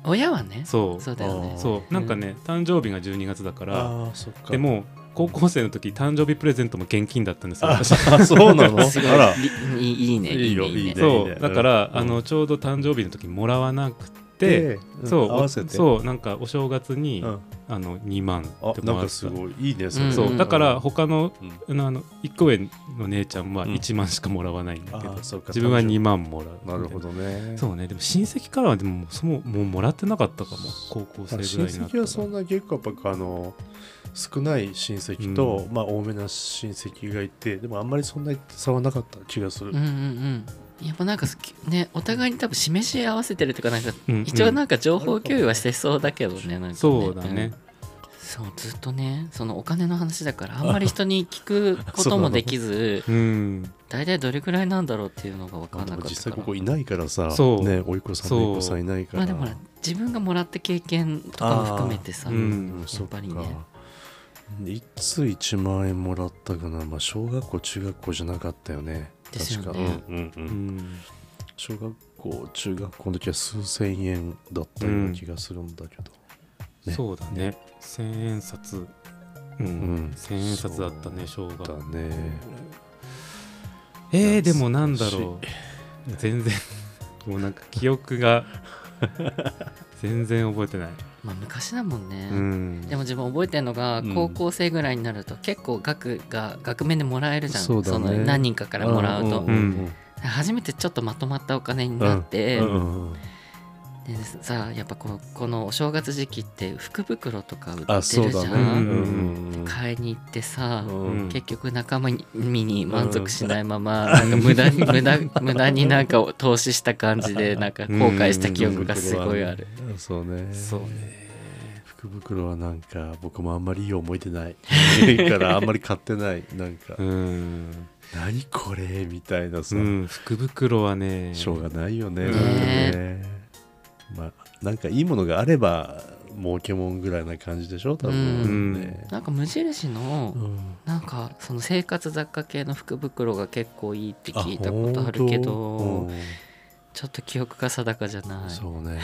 [SPEAKER 1] 親はねそ
[SPEAKER 3] そうう
[SPEAKER 1] だよね
[SPEAKER 2] あー
[SPEAKER 3] そうなんかね、誕生日が12月だから
[SPEAKER 2] ああそっか
[SPEAKER 3] でも高校生の時誕生日プレゼントも現金だったんですよ
[SPEAKER 2] あ
[SPEAKER 3] 私
[SPEAKER 2] あそうな の
[SPEAKER 1] すごい
[SPEAKER 2] あら
[SPEAKER 1] りいいいいね
[SPEAKER 2] いいよ
[SPEAKER 1] いいねいい
[SPEAKER 2] い
[SPEAKER 1] ね
[SPEAKER 2] いね
[SPEAKER 3] そう
[SPEAKER 2] ね
[SPEAKER 3] だから、
[SPEAKER 2] うん
[SPEAKER 3] あのちょうど誕生日の時もらわなくて、
[SPEAKER 2] うん
[SPEAKER 3] そう
[SPEAKER 2] 合わせて
[SPEAKER 3] そうなんかお正月に、
[SPEAKER 2] うん
[SPEAKER 3] あの2万っても
[SPEAKER 2] あ
[SPEAKER 3] らった
[SPEAKER 2] なんかすごいいいねそれ、
[SPEAKER 1] うん
[SPEAKER 3] そうだから他の
[SPEAKER 2] うん
[SPEAKER 3] あのあの1個上の姉ちゃんは
[SPEAKER 2] うん
[SPEAKER 3] 1万しかもらわないんだけど、
[SPEAKER 2] あーそうか
[SPEAKER 3] 自分は2万もら
[SPEAKER 2] な
[SPEAKER 3] う
[SPEAKER 2] るほどね。
[SPEAKER 3] そうねでも親戚からはでもそももうもらってなかったかも高校生
[SPEAKER 2] まあ
[SPEAKER 3] ぐ
[SPEAKER 2] 親
[SPEAKER 3] らいになった
[SPEAKER 2] 戚
[SPEAKER 3] ら
[SPEAKER 2] はそんな結構やっぱあの少ない親戚と、
[SPEAKER 3] う
[SPEAKER 2] まあ多めな親戚がいてでもあんまりそんな差はなかった気がする。
[SPEAKER 1] うんうんうんやっぱなんかねお互いに多分示し合わせてるとかなんか
[SPEAKER 3] うんうん
[SPEAKER 1] 一応なんか情報共有はしてそうだけどねなんかね
[SPEAKER 3] そうだね
[SPEAKER 1] そうずっとねそのお金の話だからあんまり人に聞くこともできず
[SPEAKER 3] うん
[SPEAKER 1] 大体どれくらいなんだろうっていうのが分か
[SPEAKER 2] まあ
[SPEAKER 1] ん
[SPEAKER 2] で
[SPEAKER 1] な
[SPEAKER 2] も
[SPEAKER 1] かっ
[SPEAKER 2] 実
[SPEAKER 1] た
[SPEAKER 2] 際
[SPEAKER 1] から
[SPEAKER 2] ここいないからさ、
[SPEAKER 3] そう
[SPEAKER 2] ね、おいこさん
[SPEAKER 3] そう
[SPEAKER 2] おいこさんいないから。
[SPEAKER 1] まあでもほら自分がもらった経験とかも含めてさ、
[SPEAKER 3] あー
[SPEAKER 2] うんん、
[SPEAKER 1] やっぱりね
[SPEAKER 2] そっか。いつ1万円もらったかな、まあ、小学校、中学校じゃなかったよね。
[SPEAKER 1] ですよね
[SPEAKER 2] 確か、うんうんう
[SPEAKER 3] うんん
[SPEAKER 2] 小学校、中学校の時は数千円だったような気がするんだけど。ね
[SPEAKER 3] そうだね千円札うん、
[SPEAKER 2] うん
[SPEAKER 3] 千円札だったね小
[SPEAKER 2] だ
[SPEAKER 3] 学
[SPEAKER 2] ね。
[SPEAKER 3] えー、でもなんだろう全然 もうなんか記憶が全然覚えてない
[SPEAKER 1] まあ昔だもんね、
[SPEAKER 3] うん
[SPEAKER 1] でも自分覚えてるのが
[SPEAKER 2] うん
[SPEAKER 1] 高校生ぐらいになると結構額が額面でもらえるじゃん
[SPEAKER 2] そうだね
[SPEAKER 1] の何人かからもらうと、
[SPEAKER 3] んうん
[SPEAKER 1] 初めてちょっとまとまったお金になって、
[SPEAKER 2] うんうんうん
[SPEAKER 1] でさやっぱこうこのお正月時期って福袋とか売
[SPEAKER 2] あ
[SPEAKER 1] って
[SPEAKER 2] そう
[SPEAKER 1] るじ
[SPEAKER 2] だね
[SPEAKER 1] ゃ、
[SPEAKER 2] うんんうんうん
[SPEAKER 1] 買いに行ってさ、
[SPEAKER 2] うん
[SPEAKER 1] 結局仲間にに満足しないま ま、なんか無駄に無駄無駄になんか投資した感じでなんか後悔した記憶がすごいある。
[SPEAKER 2] うんそうね
[SPEAKER 3] そうね
[SPEAKER 2] 福袋はなんか僕もあんまりいい思い出ないからあんまり買ってないなんか
[SPEAKER 3] うん、
[SPEAKER 2] 何これみたいなさ
[SPEAKER 3] うん、福袋はね
[SPEAKER 2] しょうがないよねな
[SPEAKER 3] ね
[SPEAKER 2] んかねまあなんかいいものがあれば儲けもんぐらいな感じでしょ多分ね
[SPEAKER 1] なんか無印の、
[SPEAKER 2] うん
[SPEAKER 1] なんかその生活雑貨系の福袋が結構いいって
[SPEAKER 2] あ
[SPEAKER 1] 聞いたことあるけど
[SPEAKER 2] 本当うん
[SPEAKER 1] ちょっと記憶が定かじゃない
[SPEAKER 2] そ うね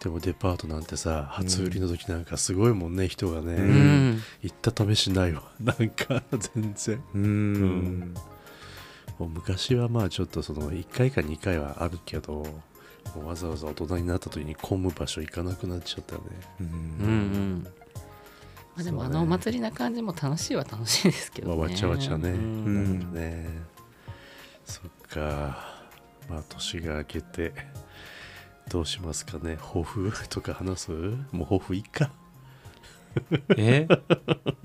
[SPEAKER 2] でもデパートなんてさ初売りの時なんかすごいもんね人がね、
[SPEAKER 1] う
[SPEAKER 3] うんん
[SPEAKER 2] 行った試しないわ なんか全然
[SPEAKER 3] うん、
[SPEAKER 2] んもう昔はまあちょっとその1回か2回はあるけどもうわざわざ大人になった時に混む場所行かなくなっちゃったよね
[SPEAKER 3] う
[SPEAKER 1] うんうんんまあでもあ
[SPEAKER 2] そうね
[SPEAKER 1] のお祭りな感じも楽しいは楽しいですけど
[SPEAKER 2] まあ、
[SPEAKER 1] ね
[SPEAKER 2] わちゃわちゃね、
[SPEAKER 1] うん
[SPEAKER 3] ん
[SPEAKER 2] なんかねそっかまあ年が明けてどうしますかね抱負 とか話すもう抱負いいか
[SPEAKER 3] え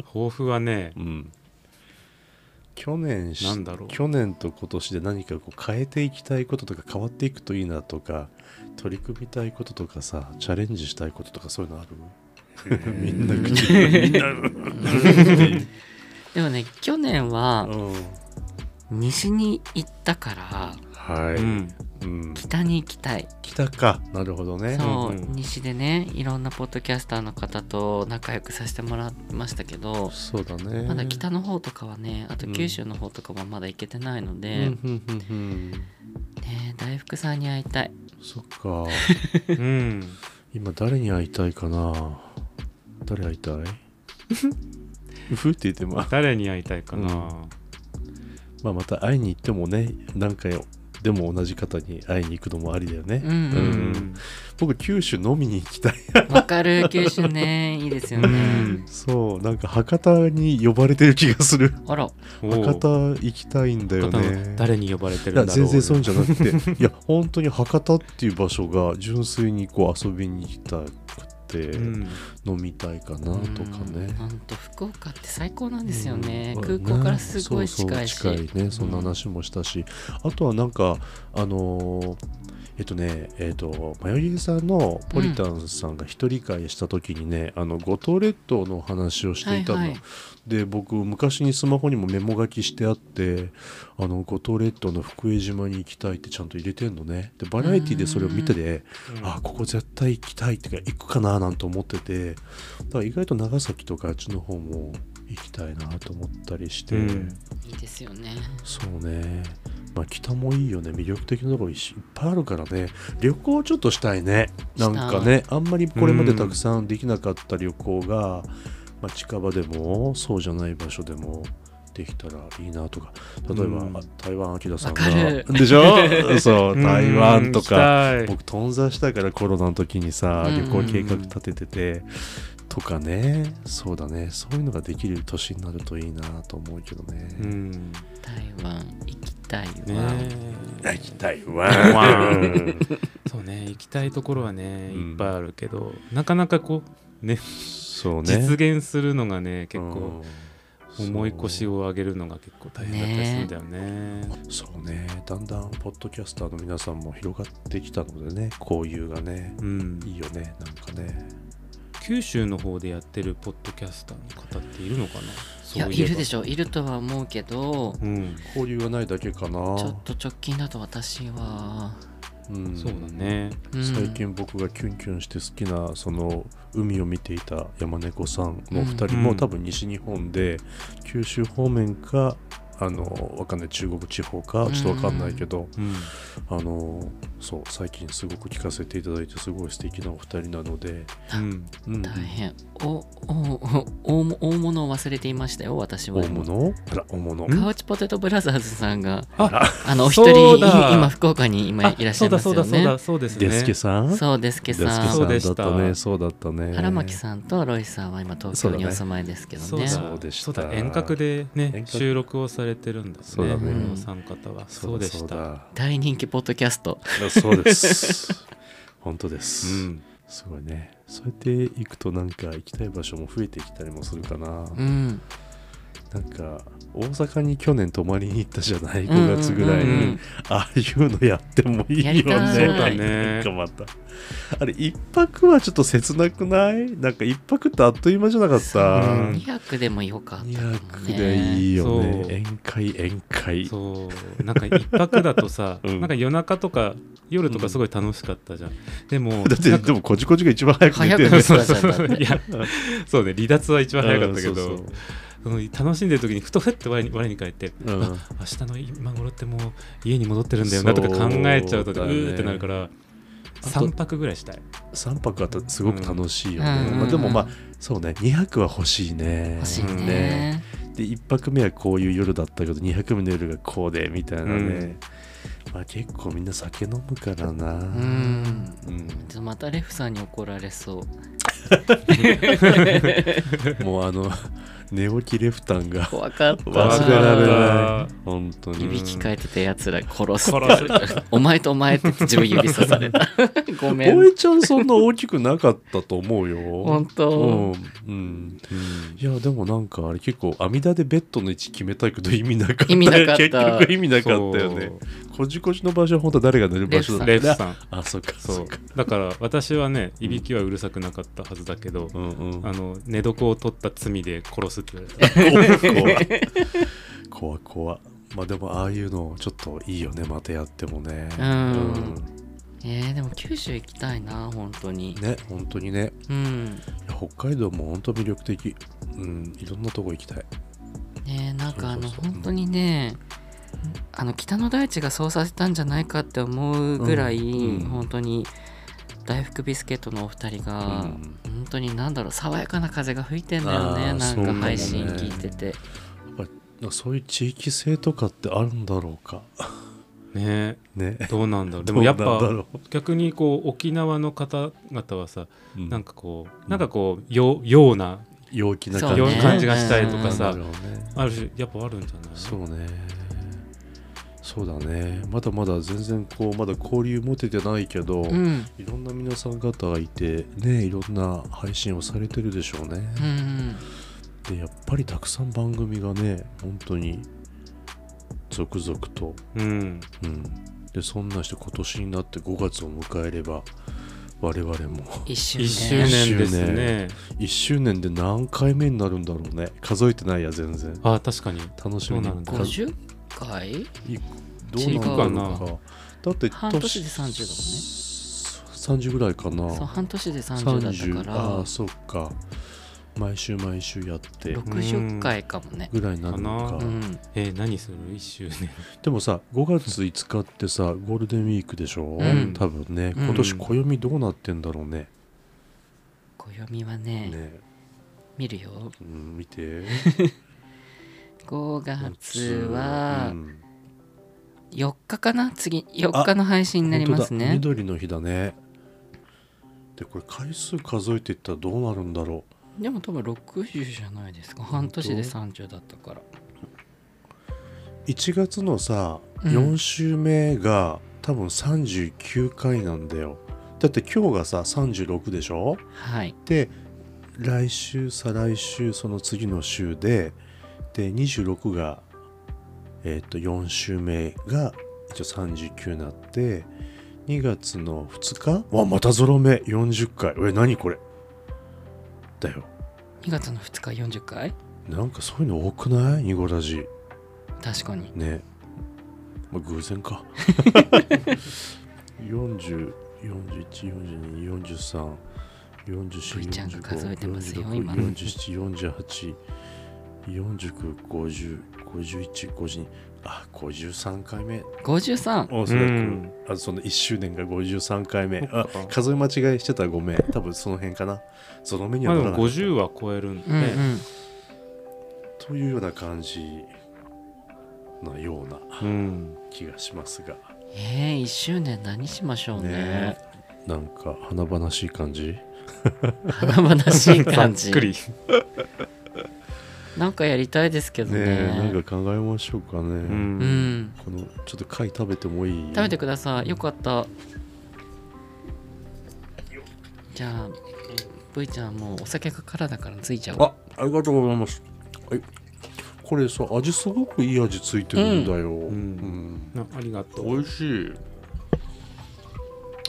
[SPEAKER 3] 抱負はね
[SPEAKER 2] うん去年し
[SPEAKER 3] なんだろう
[SPEAKER 2] 去年と今年で何かこう変えていきたいこととか変わっていくといいなとか取り組みたいこととかさチャレンジしたいこととかそういうのあるみんな口みんな
[SPEAKER 1] でもね去年は
[SPEAKER 2] うん
[SPEAKER 1] 西に行ったから
[SPEAKER 2] は
[SPEAKER 3] う
[SPEAKER 2] い、
[SPEAKER 3] ん
[SPEAKER 2] うん、
[SPEAKER 1] 北に行きたい
[SPEAKER 2] 北かなるほどね
[SPEAKER 1] そう、
[SPEAKER 3] うんうん
[SPEAKER 1] 西でねいろんなポッドキャスターの方と仲良くさせてもらいましたけど
[SPEAKER 2] そうだね
[SPEAKER 1] まだ北の方とかはねあと
[SPEAKER 2] うん
[SPEAKER 1] 九州の方とかもまだ行けてないの
[SPEAKER 2] う
[SPEAKER 1] で、
[SPEAKER 2] んうんうん
[SPEAKER 1] ね大福さんに会いたい
[SPEAKER 2] うんそっか
[SPEAKER 3] うん
[SPEAKER 2] 今誰に会いたいかな誰会いた いうふって言ってま
[SPEAKER 3] 誰に会いたいかな、
[SPEAKER 2] まあまた会いに行ってもね何回でも同じ方に会いに行くのもありだよね、
[SPEAKER 1] うんう
[SPEAKER 3] う
[SPEAKER 1] ん
[SPEAKER 2] ん僕九州飲みに行きたい
[SPEAKER 1] わかる九州 ねいいですよね、
[SPEAKER 3] うん
[SPEAKER 2] そうなんか博多に呼ばれてる気がする
[SPEAKER 1] あら
[SPEAKER 3] おう
[SPEAKER 2] 博多行きたいんだよ
[SPEAKER 3] 博多
[SPEAKER 2] ね
[SPEAKER 3] の誰に呼ばれて
[SPEAKER 2] い
[SPEAKER 3] るんだろ
[SPEAKER 2] や全
[SPEAKER 3] う
[SPEAKER 2] 然そういうんじゃなくて いや本当に博多っていう場所が純粋にこう遊びに行きたくて、
[SPEAKER 3] うん
[SPEAKER 2] 飲みたいかなとかね、
[SPEAKER 1] うんなんと福岡って最高なんですよね、
[SPEAKER 2] うん
[SPEAKER 1] 空港からすごい近いし
[SPEAKER 2] そうそう近いねそんな話もしたし、あとはなんかあのーえっとねえっとマヨリーさんのポリタンさんが一人会した時にね、あの五島列島の話をしていたの、
[SPEAKER 1] はいはい
[SPEAKER 2] で僕昔にスマホにもメモ書きしてあってあの五島列島の福江島に行きたいってちゃんと入れてんのねでバラエティでそれを見ててあここ絶対行きたいってか行くかななんて思っててだから意外と長崎とかあっちの方も行きたいなと思ったりして、
[SPEAKER 3] うん
[SPEAKER 1] いいですよね
[SPEAKER 2] そうねまあ北もいいよね魅力的なところいっしいっぱいあるからね旅行ちょっとしたいねなんかねあんまりこれまでたくさんできなかった旅行が、まあ、近場でもそうじゃない場所でもできたらいいなとか例えば、
[SPEAKER 3] うん
[SPEAKER 2] あ台湾明さ
[SPEAKER 1] わ
[SPEAKER 2] ん
[SPEAKER 1] か
[SPEAKER 2] が
[SPEAKER 1] る
[SPEAKER 2] でしょそう
[SPEAKER 3] うん
[SPEAKER 2] 台湾とか、
[SPEAKER 3] 行きたい
[SPEAKER 2] 僕頓挫したからコロナの時にさ
[SPEAKER 1] うん
[SPEAKER 2] 旅行計画立てててとかねそうだねそういうのができる年になるといいなと思うけどね、
[SPEAKER 3] うん
[SPEAKER 1] 台湾行きたいわ、
[SPEAKER 3] ね
[SPEAKER 2] 行きたいわ
[SPEAKER 3] わそうね行きたいところはね
[SPEAKER 2] うん
[SPEAKER 3] いっぱいあるけど、なかなかこうね
[SPEAKER 2] そうね
[SPEAKER 3] 実現するのがね結構
[SPEAKER 2] うん
[SPEAKER 3] 重い腰を上げるのが結構大変だったりするんだよね
[SPEAKER 2] そうそうねだんだんポッドキャスターの皆さんも広がってきたのでね交友がね
[SPEAKER 3] うん、
[SPEAKER 2] いいよねなんかね
[SPEAKER 3] 九州の方でやってるポッドキャスターの方っているのかなそ
[SPEAKER 1] いや
[SPEAKER 3] う
[SPEAKER 1] い
[SPEAKER 3] いえば
[SPEAKER 1] るでしょいるとは思うけど
[SPEAKER 3] うん、
[SPEAKER 2] 交流がないだけかな
[SPEAKER 1] ちょっと直近だと私は、
[SPEAKER 2] うん
[SPEAKER 3] そうだね
[SPEAKER 1] うん
[SPEAKER 2] 最近僕がキュンキュンして好きなその海を見ていた山猫さんのお二人
[SPEAKER 3] う
[SPEAKER 2] も
[SPEAKER 3] ん
[SPEAKER 2] 多分西日本で九州方面かあのわかんない中国地方かちょっとわかんないけど
[SPEAKER 3] うん
[SPEAKER 2] あのそう最近すごく聞かせていただいてすごい素敵なお二人なので、
[SPEAKER 3] うん
[SPEAKER 2] うん
[SPEAKER 1] 大変おおお大大物を忘れていましたよ私は
[SPEAKER 2] 大物あら大物
[SPEAKER 1] カウチポテトブラザーズさんが
[SPEAKER 3] あ
[SPEAKER 1] あのお一
[SPEAKER 3] そ
[SPEAKER 1] 人
[SPEAKER 3] うだ
[SPEAKER 1] 今福岡に今いらっしゃいますよ
[SPEAKER 3] そうだそうだそうだ
[SPEAKER 1] ね
[SPEAKER 3] そうですね
[SPEAKER 2] デスケさんデス
[SPEAKER 1] そうですけ
[SPEAKER 2] ケ
[SPEAKER 1] さ
[SPEAKER 2] さ
[SPEAKER 3] そうんで
[SPEAKER 2] だっ
[SPEAKER 3] し
[SPEAKER 2] たたねそうだったね
[SPEAKER 1] 原巻さんとロイさんは今東京にお住まいですけど
[SPEAKER 3] そう
[SPEAKER 1] ね
[SPEAKER 3] だ
[SPEAKER 2] そうでした
[SPEAKER 3] そうだ遠隔で
[SPEAKER 2] 遠
[SPEAKER 3] ね
[SPEAKER 2] 隔
[SPEAKER 3] 収録をされてるんだね
[SPEAKER 2] そうだ
[SPEAKER 1] ね
[SPEAKER 3] このお三方はそうでし
[SPEAKER 2] そう
[SPEAKER 3] た
[SPEAKER 2] だ
[SPEAKER 1] 大人気ポッドキャスト
[SPEAKER 2] そうです 本当で
[SPEAKER 3] う
[SPEAKER 2] す、
[SPEAKER 3] ん
[SPEAKER 2] すごいねそうやって行くとなんか行きたい場所も増えてきたりもするかな、
[SPEAKER 1] うん
[SPEAKER 2] なんか大阪に去年泊まりに行ったじゃない
[SPEAKER 1] うん
[SPEAKER 2] 5月ぐらいに、
[SPEAKER 1] うんうん
[SPEAKER 2] ああいうのやってもいいよ
[SPEAKER 1] や
[SPEAKER 2] ね
[SPEAKER 1] りたいそうだ
[SPEAKER 3] ね
[SPEAKER 2] なんかまたあれ一泊はちょっと切なくないなんか一泊ってあっという間じゃなかっ
[SPEAKER 1] そ
[SPEAKER 2] た
[SPEAKER 1] う
[SPEAKER 3] うん
[SPEAKER 1] 二泊でもよかった
[SPEAKER 2] 2
[SPEAKER 1] かも
[SPEAKER 2] 泊で
[SPEAKER 1] ね
[SPEAKER 2] いいよ
[SPEAKER 3] そう
[SPEAKER 2] ね宴会宴会
[SPEAKER 3] そうなんか一泊だとさ、
[SPEAKER 2] うん
[SPEAKER 3] なんか夜中とか夜とかすごい楽しかったじゃん、でも
[SPEAKER 2] だってでもこじこじが一番早く寝
[SPEAKER 1] 早く
[SPEAKER 2] てる
[SPEAKER 1] 寝
[SPEAKER 2] ね
[SPEAKER 1] てた
[SPEAKER 3] そう
[SPEAKER 1] じゃんだっ
[SPEAKER 3] い
[SPEAKER 1] て
[SPEAKER 3] やそうね離脱は一番早かったけ
[SPEAKER 2] うん
[SPEAKER 3] ど、
[SPEAKER 2] そう
[SPEAKER 3] その楽しんでる時にふとふって我に我に返って
[SPEAKER 2] そううん
[SPEAKER 3] 明日の今頃ってもう家に戻ってるんだよなとか考えちゃうとう
[SPEAKER 2] そうだね
[SPEAKER 3] ーってなるから
[SPEAKER 2] と
[SPEAKER 3] 3泊ぐらいしたい
[SPEAKER 2] 3泊あったらすごく楽しいよ
[SPEAKER 1] うん
[SPEAKER 2] ね、
[SPEAKER 1] うん
[SPEAKER 2] まあ、でもまあそうね2泊は欲しいね
[SPEAKER 1] 欲しい
[SPEAKER 3] うん
[SPEAKER 1] ね
[SPEAKER 2] で1泊目はこういう夜だったけど2泊目の夜がこうでみたいなね、まあ結構みんな酒飲むからなう
[SPEAKER 1] うん
[SPEAKER 2] ん
[SPEAKER 1] ちょっとまたレフさんに怒られそう
[SPEAKER 2] もうあの寝起きレフタ ンが
[SPEAKER 1] 怖かった
[SPEAKER 2] 忘れられ
[SPEAKER 3] わか
[SPEAKER 2] な
[SPEAKER 3] っ
[SPEAKER 2] い本当
[SPEAKER 1] いび
[SPEAKER 2] に
[SPEAKER 1] きかえてたやつら殺す
[SPEAKER 3] 殺
[SPEAKER 1] お前とお前って言って自分指さされ たごめ
[SPEAKER 2] ボ
[SPEAKER 1] ん
[SPEAKER 2] エちゃんそんな大きくなかったと思うよ
[SPEAKER 1] 本当
[SPEAKER 2] うん、うん、いやでもなんかあれ結構網田でベッドの位置決めたけど意味なかった
[SPEAKER 1] 意味なかった
[SPEAKER 2] 結局意味なかったよねこじこじの場所は本当は誰が寝る場所
[SPEAKER 3] そ
[SPEAKER 2] だ
[SPEAKER 3] う
[SPEAKER 2] っ
[SPEAKER 3] レ
[SPEAKER 2] た
[SPEAKER 3] フさん
[SPEAKER 2] あそっか
[SPEAKER 3] そ
[SPEAKER 2] そうっか
[SPEAKER 3] だから私はねいびきはうるさくなかったはずだけど、
[SPEAKER 2] うんうん
[SPEAKER 3] あの寝床を取った罪で殺すって言われた
[SPEAKER 2] 怖怖怖怖まあでもああいうのちょっといいよねまたやってもね
[SPEAKER 1] うんえー、でも九州行きたいな本当に、
[SPEAKER 2] ね本当にね
[SPEAKER 1] うん
[SPEAKER 2] いや北海道も本当魅力的うんいろんなとこ行きたい
[SPEAKER 1] ねなんかあの
[SPEAKER 2] そうそうそう
[SPEAKER 1] 本当にねあの北の大地がそうさせたんじゃないかって思うぐらい、
[SPEAKER 2] うんうん
[SPEAKER 1] 本当に大福ビスケットのお二人が、
[SPEAKER 2] うん
[SPEAKER 1] 本当に何だろう爽やかな風が吹いてんだよね
[SPEAKER 2] あー
[SPEAKER 1] な
[SPEAKER 2] そうか
[SPEAKER 1] んか
[SPEAKER 2] もね
[SPEAKER 1] 配信聞いてて、
[SPEAKER 2] なんかそういう地域性とかってあるんだろうか
[SPEAKER 3] ね
[SPEAKER 2] ね
[SPEAKER 3] どうなんだろうでもやっ
[SPEAKER 2] どうなんだ
[SPEAKER 3] ぱ
[SPEAKER 2] ろ
[SPEAKER 3] 逆にこう沖縄の方々はさ
[SPEAKER 2] ううん
[SPEAKER 3] なんかこうなんかこうよような
[SPEAKER 2] 陽気な
[SPEAKER 1] そ
[SPEAKER 2] 感
[SPEAKER 1] う
[SPEAKER 2] じ
[SPEAKER 1] ね
[SPEAKER 3] ような感じがしたいとか
[SPEAKER 2] な
[SPEAKER 3] さ
[SPEAKER 2] んだろうね
[SPEAKER 3] ある種やっぱあるんじゃない
[SPEAKER 2] そうねそうだねまだまだ全然こうまだ交流持ててないけど、
[SPEAKER 1] うんうん
[SPEAKER 2] いろんな皆さん方がいてねいろんな配信をされてるでしょうね、
[SPEAKER 1] うん
[SPEAKER 2] でやっぱりたくさん番組がね本当に続々と、
[SPEAKER 3] うん
[SPEAKER 2] うん、でそんな人今年になって5月を迎えれば我々も
[SPEAKER 1] 一周
[SPEAKER 3] 1
[SPEAKER 1] 年
[SPEAKER 3] 周年で
[SPEAKER 2] 一
[SPEAKER 3] す
[SPEAKER 2] 周
[SPEAKER 3] ね
[SPEAKER 2] 1周年で何回目になるんだろうね数えてないや全然
[SPEAKER 3] あ確かに
[SPEAKER 2] 楽しみに
[SPEAKER 3] どうなんだ
[SPEAKER 2] か
[SPEAKER 1] 50回
[SPEAKER 2] いどうなんだろうかだって
[SPEAKER 1] 半年で30だもんね
[SPEAKER 2] 30ぐらいかな
[SPEAKER 1] そう半年で30だったか
[SPEAKER 2] あ
[SPEAKER 1] ら
[SPEAKER 2] あそっか毎週毎週やって
[SPEAKER 1] 60回かもね
[SPEAKER 2] ぐらいになるのか
[SPEAKER 3] か
[SPEAKER 1] う
[SPEAKER 3] なんえー何する1周年
[SPEAKER 2] でもさ5月5日ってさゴールデンウィークでしょ、
[SPEAKER 1] うん
[SPEAKER 2] 多分ね
[SPEAKER 1] うん
[SPEAKER 2] 今年暦どうなってんだろうね,、
[SPEAKER 1] 暦はね
[SPEAKER 2] ね
[SPEAKER 1] 見るよ
[SPEAKER 2] うん、見て
[SPEAKER 1] 5月は
[SPEAKER 2] うん
[SPEAKER 1] 4日かな次4日の配信になります
[SPEAKER 2] 本
[SPEAKER 1] ね
[SPEAKER 2] 当だ緑の日だねでこれ回数数えていったらどうなるんだろ
[SPEAKER 1] でも多分60じゃないですか半年で30だったから
[SPEAKER 2] う1月のさ
[SPEAKER 1] うん
[SPEAKER 2] 4週目が多分39回なんだよだって今日がさ36でしょ
[SPEAKER 1] はい
[SPEAKER 2] で来週再来週その次の週でで26が、えっと4週目が一応39になって2月の2日わまたゾロ目40回え何これだよ
[SPEAKER 1] 2月の2日40回
[SPEAKER 2] なんかそういうの多くないニゴラジ
[SPEAKER 1] 確かに
[SPEAKER 2] ねまあ偶然 か40 41 42 43
[SPEAKER 1] V ちゃんが数えてますよ今
[SPEAKER 2] 4748 49 50 51 52あ53回目
[SPEAKER 1] 53
[SPEAKER 2] おそらく、
[SPEAKER 3] うん
[SPEAKER 2] あその1周年が53回目
[SPEAKER 3] そっ
[SPEAKER 2] あ
[SPEAKER 3] か
[SPEAKER 2] 数え間違いしてたらごめん多分その辺かなその目に
[SPEAKER 3] ま
[SPEAKER 2] は
[SPEAKER 3] あ
[SPEAKER 2] な
[SPEAKER 3] で
[SPEAKER 2] らな
[SPEAKER 3] も
[SPEAKER 2] かった
[SPEAKER 3] 50は超えるんで
[SPEAKER 1] うん
[SPEAKER 3] ね、
[SPEAKER 1] うん
[SPEAKER 2] というような感じなような
[SPEAKER 3] うん
[SPEAKER 2] 気がしますが
[SPEAKER 1] えー、1周年何しましょうね
[SPEAKER 2] ねなんか華々しい感じ
[SPEAKER 1] 華々しい感
[SPEAKER 3] ざ
[SPEAKER 1] じ
[SPEAKER 3] っくり
[SPEAKER 1] なんかやりたいですけど
[SPEAKER 2] ね
[SPEAKER 1] ね
[SPEAKER 2] えなんか考えましょうかね、
[SPEAKER 3] うん
[SPEAKER 1] うん
[SPEAKER 2] このちょっと貝食べてもいい
[SPEAKER 1] 食べてくださいよかったじゃあ V ちゃんもうお酒がからだからついちゃおう
[SPEAKER 2] あありがとうございますはいこれさ味すごくいい味ついてるんだよ、うん
[SPEAKER 3] んなありがと
[SPEAKER 2] 美
[SPEAKER 3] う
[SPEAKER 2] 味しい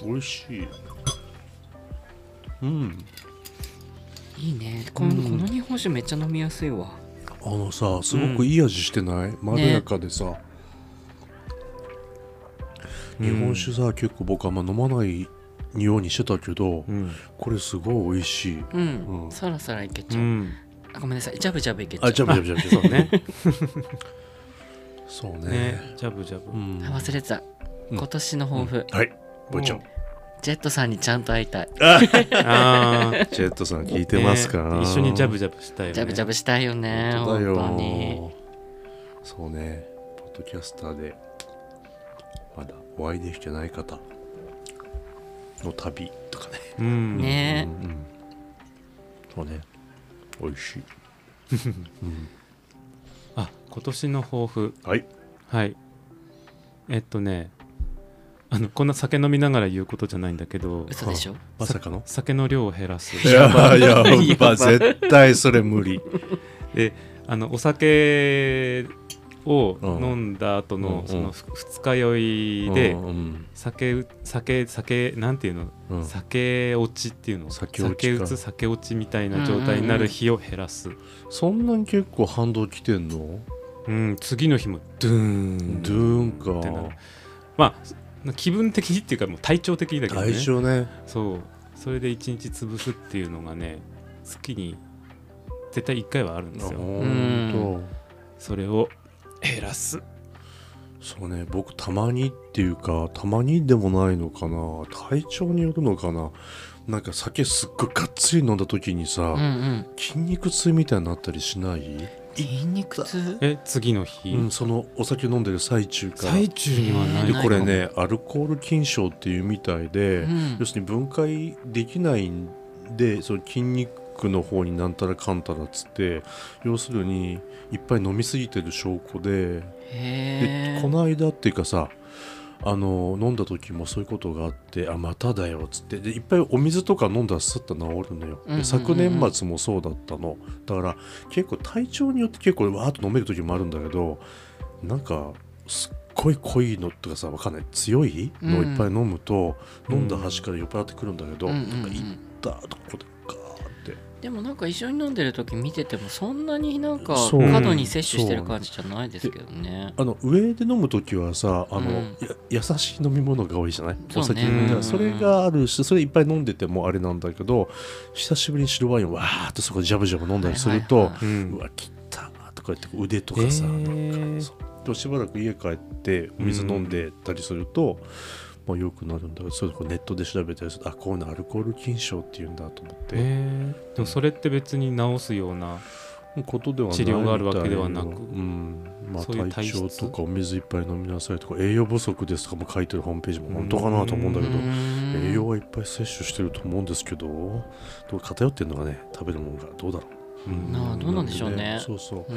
[SPEAKER 2] 美味しいうん
[SPEAKER 1] いいねこの,、
[SPEAKER 2] うん
[SPEAKER 1] この日本酒めっちゃ飲みやすいわ
[SPEAKER 2] あのさすごくいい味してない、まろやかでさ、
[SPEAKER 3] うん
[SPEAKER 2] 日本酒さ結構僕あんま飲まないようにしてたけど、
[SPEAKER 3] うん
[SPEAKER 2] これすごい美味しい
[SPEAKER 1] うん、
[SPEAKER 2] うん
[SPEAKER 1] さらさらいけち
[SPEAKER 3] う
[SPEAKER 1] ゃう、
[SPEAKER 3] ん
[SPEAKER 1] あごめんなさいジャブジャブいけちゃう
[SPEAKER 2] あ、ジャブジャブジャブ。
[SPEAKER 3] そう
[SPEAKER 2] そう
[SPEAKER 3] ね
[SPEAKER 2] ね。
[SPEAKER 3] ねジャブジャブ
[SPEAKER 2] うん
[SPEAKER 1] あ忘れてた
[SPEAKER 2] うん
[SPEAKER 1] 今年の抱負、
[SPEAKER 2] はい、ぼいちゃん。
[SPEAKER 1] ジェットさんにちゃんと会いたい
[SPEAKER 3] あ あ
[SPEAKER 2] ジェットさん聞いてますか
[SPEAKER 3] ね一緒にジャ
[SPEAKER 2] ジ
[SPEAKER 3] ブジャブしたいよね
[SPEAKER 1] ジャブジャブしたいよね
[SPEAKER 2] 本
[SPEAKER 1] 本
[SPEAKER 2] 当だよ
[SPEAKER 1] 当に
[SPEAKER 2] そうね、ポッドキャスターで、まだお会いできてない方の旅とかね。
[SPEAKER 3] うん
[SPEAKER 1] ね
[SPEAKER 2] うんうんそうね、美味しい。
[SPEAKER 3] あ今年の抱負
[SPEAKER 2] はい。
[SPEAKER 3] はいえっとねあのこんな酒飲みながら言うことじゃないんだけど
[SPEAKER 1] 嘘でしょ
[SPEAKER 2] まさかの
[SPEAKER 3] 酒の量を減らす
[SPEAKER 2] や ばいやばい。絶対それ無理。
[SPEAKER 3] であのお酒を
[SPEAKER 2] うん
[SPEAKER 3] 飲んだ後
[SPEAKER 2] うんう
[SPEAKER 3] の
[SPEAKER 2] ん
[SPEAKER 3] そのふ二日酔いで
[SPEAKER 2] うん
[SPEAKER 3] 酒酒酒なんていうの
[SPEAKER 2] うんうん
[SPEAKER 3] 酒落ちっていうの
[SPEAKER 2] 酒落ちか
[SPEAKER 3] 打つ酒落ちみたいな状態になる日を減らす
[SPEAKER 2] そんなに結構反動来てんの
[SPEAKER 3] うん、次の日もドゥーン
[SPEAKER 2] ドゥーン
[SPEAKER 3] ってなる
[SPEAKER 2] か
[SPEAKER 3] まあ気分的にっていうかもう体調的にだけどね
[SPEAKER 2] 大丈夫ね
[SPEAKER 3] そうそれで一日潰すっていうのがね月に絶対1回はあるんですよ
[SPEAKER 2] ほん
[SPEAKER 3] それを減らす
[SPEAKER 2] とそうね僕たまにっていうかたまにでもないのかな体調によるのかななんか酒すっごいがっつり飲んだ時にさ、
[SPEAKER 1] うんうん
[SPEAKER 2] 筋肉痛みたいになったりしない、
[SPEAKER 1] 筋肉痛
[SPEAKER 3] え次の日、
[SPEAKER 2] うん、そのお酒飲んでる最中から
[SPEAKER 3] 最中にはない
[SPEAKER 2] で
[SPEAKER 1] かも
[SPEAKER 2] これねアルコール菌症っていうみたいで、
[SPEAKER 1] うん
[SPEAKER 2] 要するに分解できないんでその筋肉の方になんたらかんたらっつって要するにいっぱい飲みすぎてる証拠
[SPEAKER 1] へ
[SPEAKER 2] でで
[SPEAKER 1] え
[SPEAKER 2] この間っていうかさあの飲んだ時もそういうことがあってあまただよっつってでいっぱいお水とか飲んだらすっと治るのよ、
[SPEAKER 1] うんうんうんう
[SPEAKER 2] で
[SPEAKER 1] ん
[SPEAKER 2] 昨年末もそうだったのだから結構体調によって結構わーっと飲める時もあるんだけどなんかすっごい濃いのとかさわかんない強いのをいっぱい飲むと、
[SPEAKER 3] うん
[SPEAKER 2] 飲んだ端から酔っ払ってくるんだけど、
[SPEAKER 1] うんうんうん
[SPEAKER 2] なんかいったーとこでガーって
[SPEAKER 1] でもなんか一緒に飲んでる時見ててもそんなになんか
[SPEAKER 2] そう
[SPEAKER 1] 過度に摂取してる感じじゃないですけどね
[SPEAKER 2] あの上で飲む時はさあの、
[SPEAKER 1] うん
[SPEAKER 2] や優しい飲み物が多いじゃない
[SPEAKER 1] そうね
[SPEAKER 2] お酒飲んだ
[SPEAKER 3] うん
[SPEAKER 2] らそれがあるしそれいっぱい飲んでてもあれなんだけど久しぶりに白ワインをわーっとそこでジャブジャブ飲んだりすると、
[SPEAKER 1] はいはいは
[SPEAKER 3] うん
[SPEAKER 2] うわ切ったーとか言って腕とかさ、
[SPEAKER 3] えー
[SPEAKER 2] なんかそうでしばらく家帰ってお水飲んでたりすると、まあ、よくなるんだけどそれこうネットで調べたりするとあこういうのアルコール菌症っていうんだと思って、
[SPEAKER 3] えーでもそれって別に治すような
[SPEAKER 2] ことではない
[SPEAKER 3] 治療があるわけではなく
[SPEAKER 2] みたいうんまあ、
[SPEAKER 3] そういう体
[SPEAKER 2] 体
[SPEAKER 3] 質
[SPEAKER 2] 調とかお水いっぱい飲みなさいとか栄養不足ですとかも書いてるホームページも本当かなと思うんだけ
[SPEAKER 1] う
[SPEAKER 2] ど
[SPEAKER 1] ん
[SPEAKER 2] 栄養はいっぱい摂取してると思うんですけどどう偏ってるのがね食べるものがどうだろう、
[SPEAKER 3] うん
[SPEAKER 1] なあどうなんでしょうね
[SPEAKER 2] そうそう
[SPEAKER 1] うん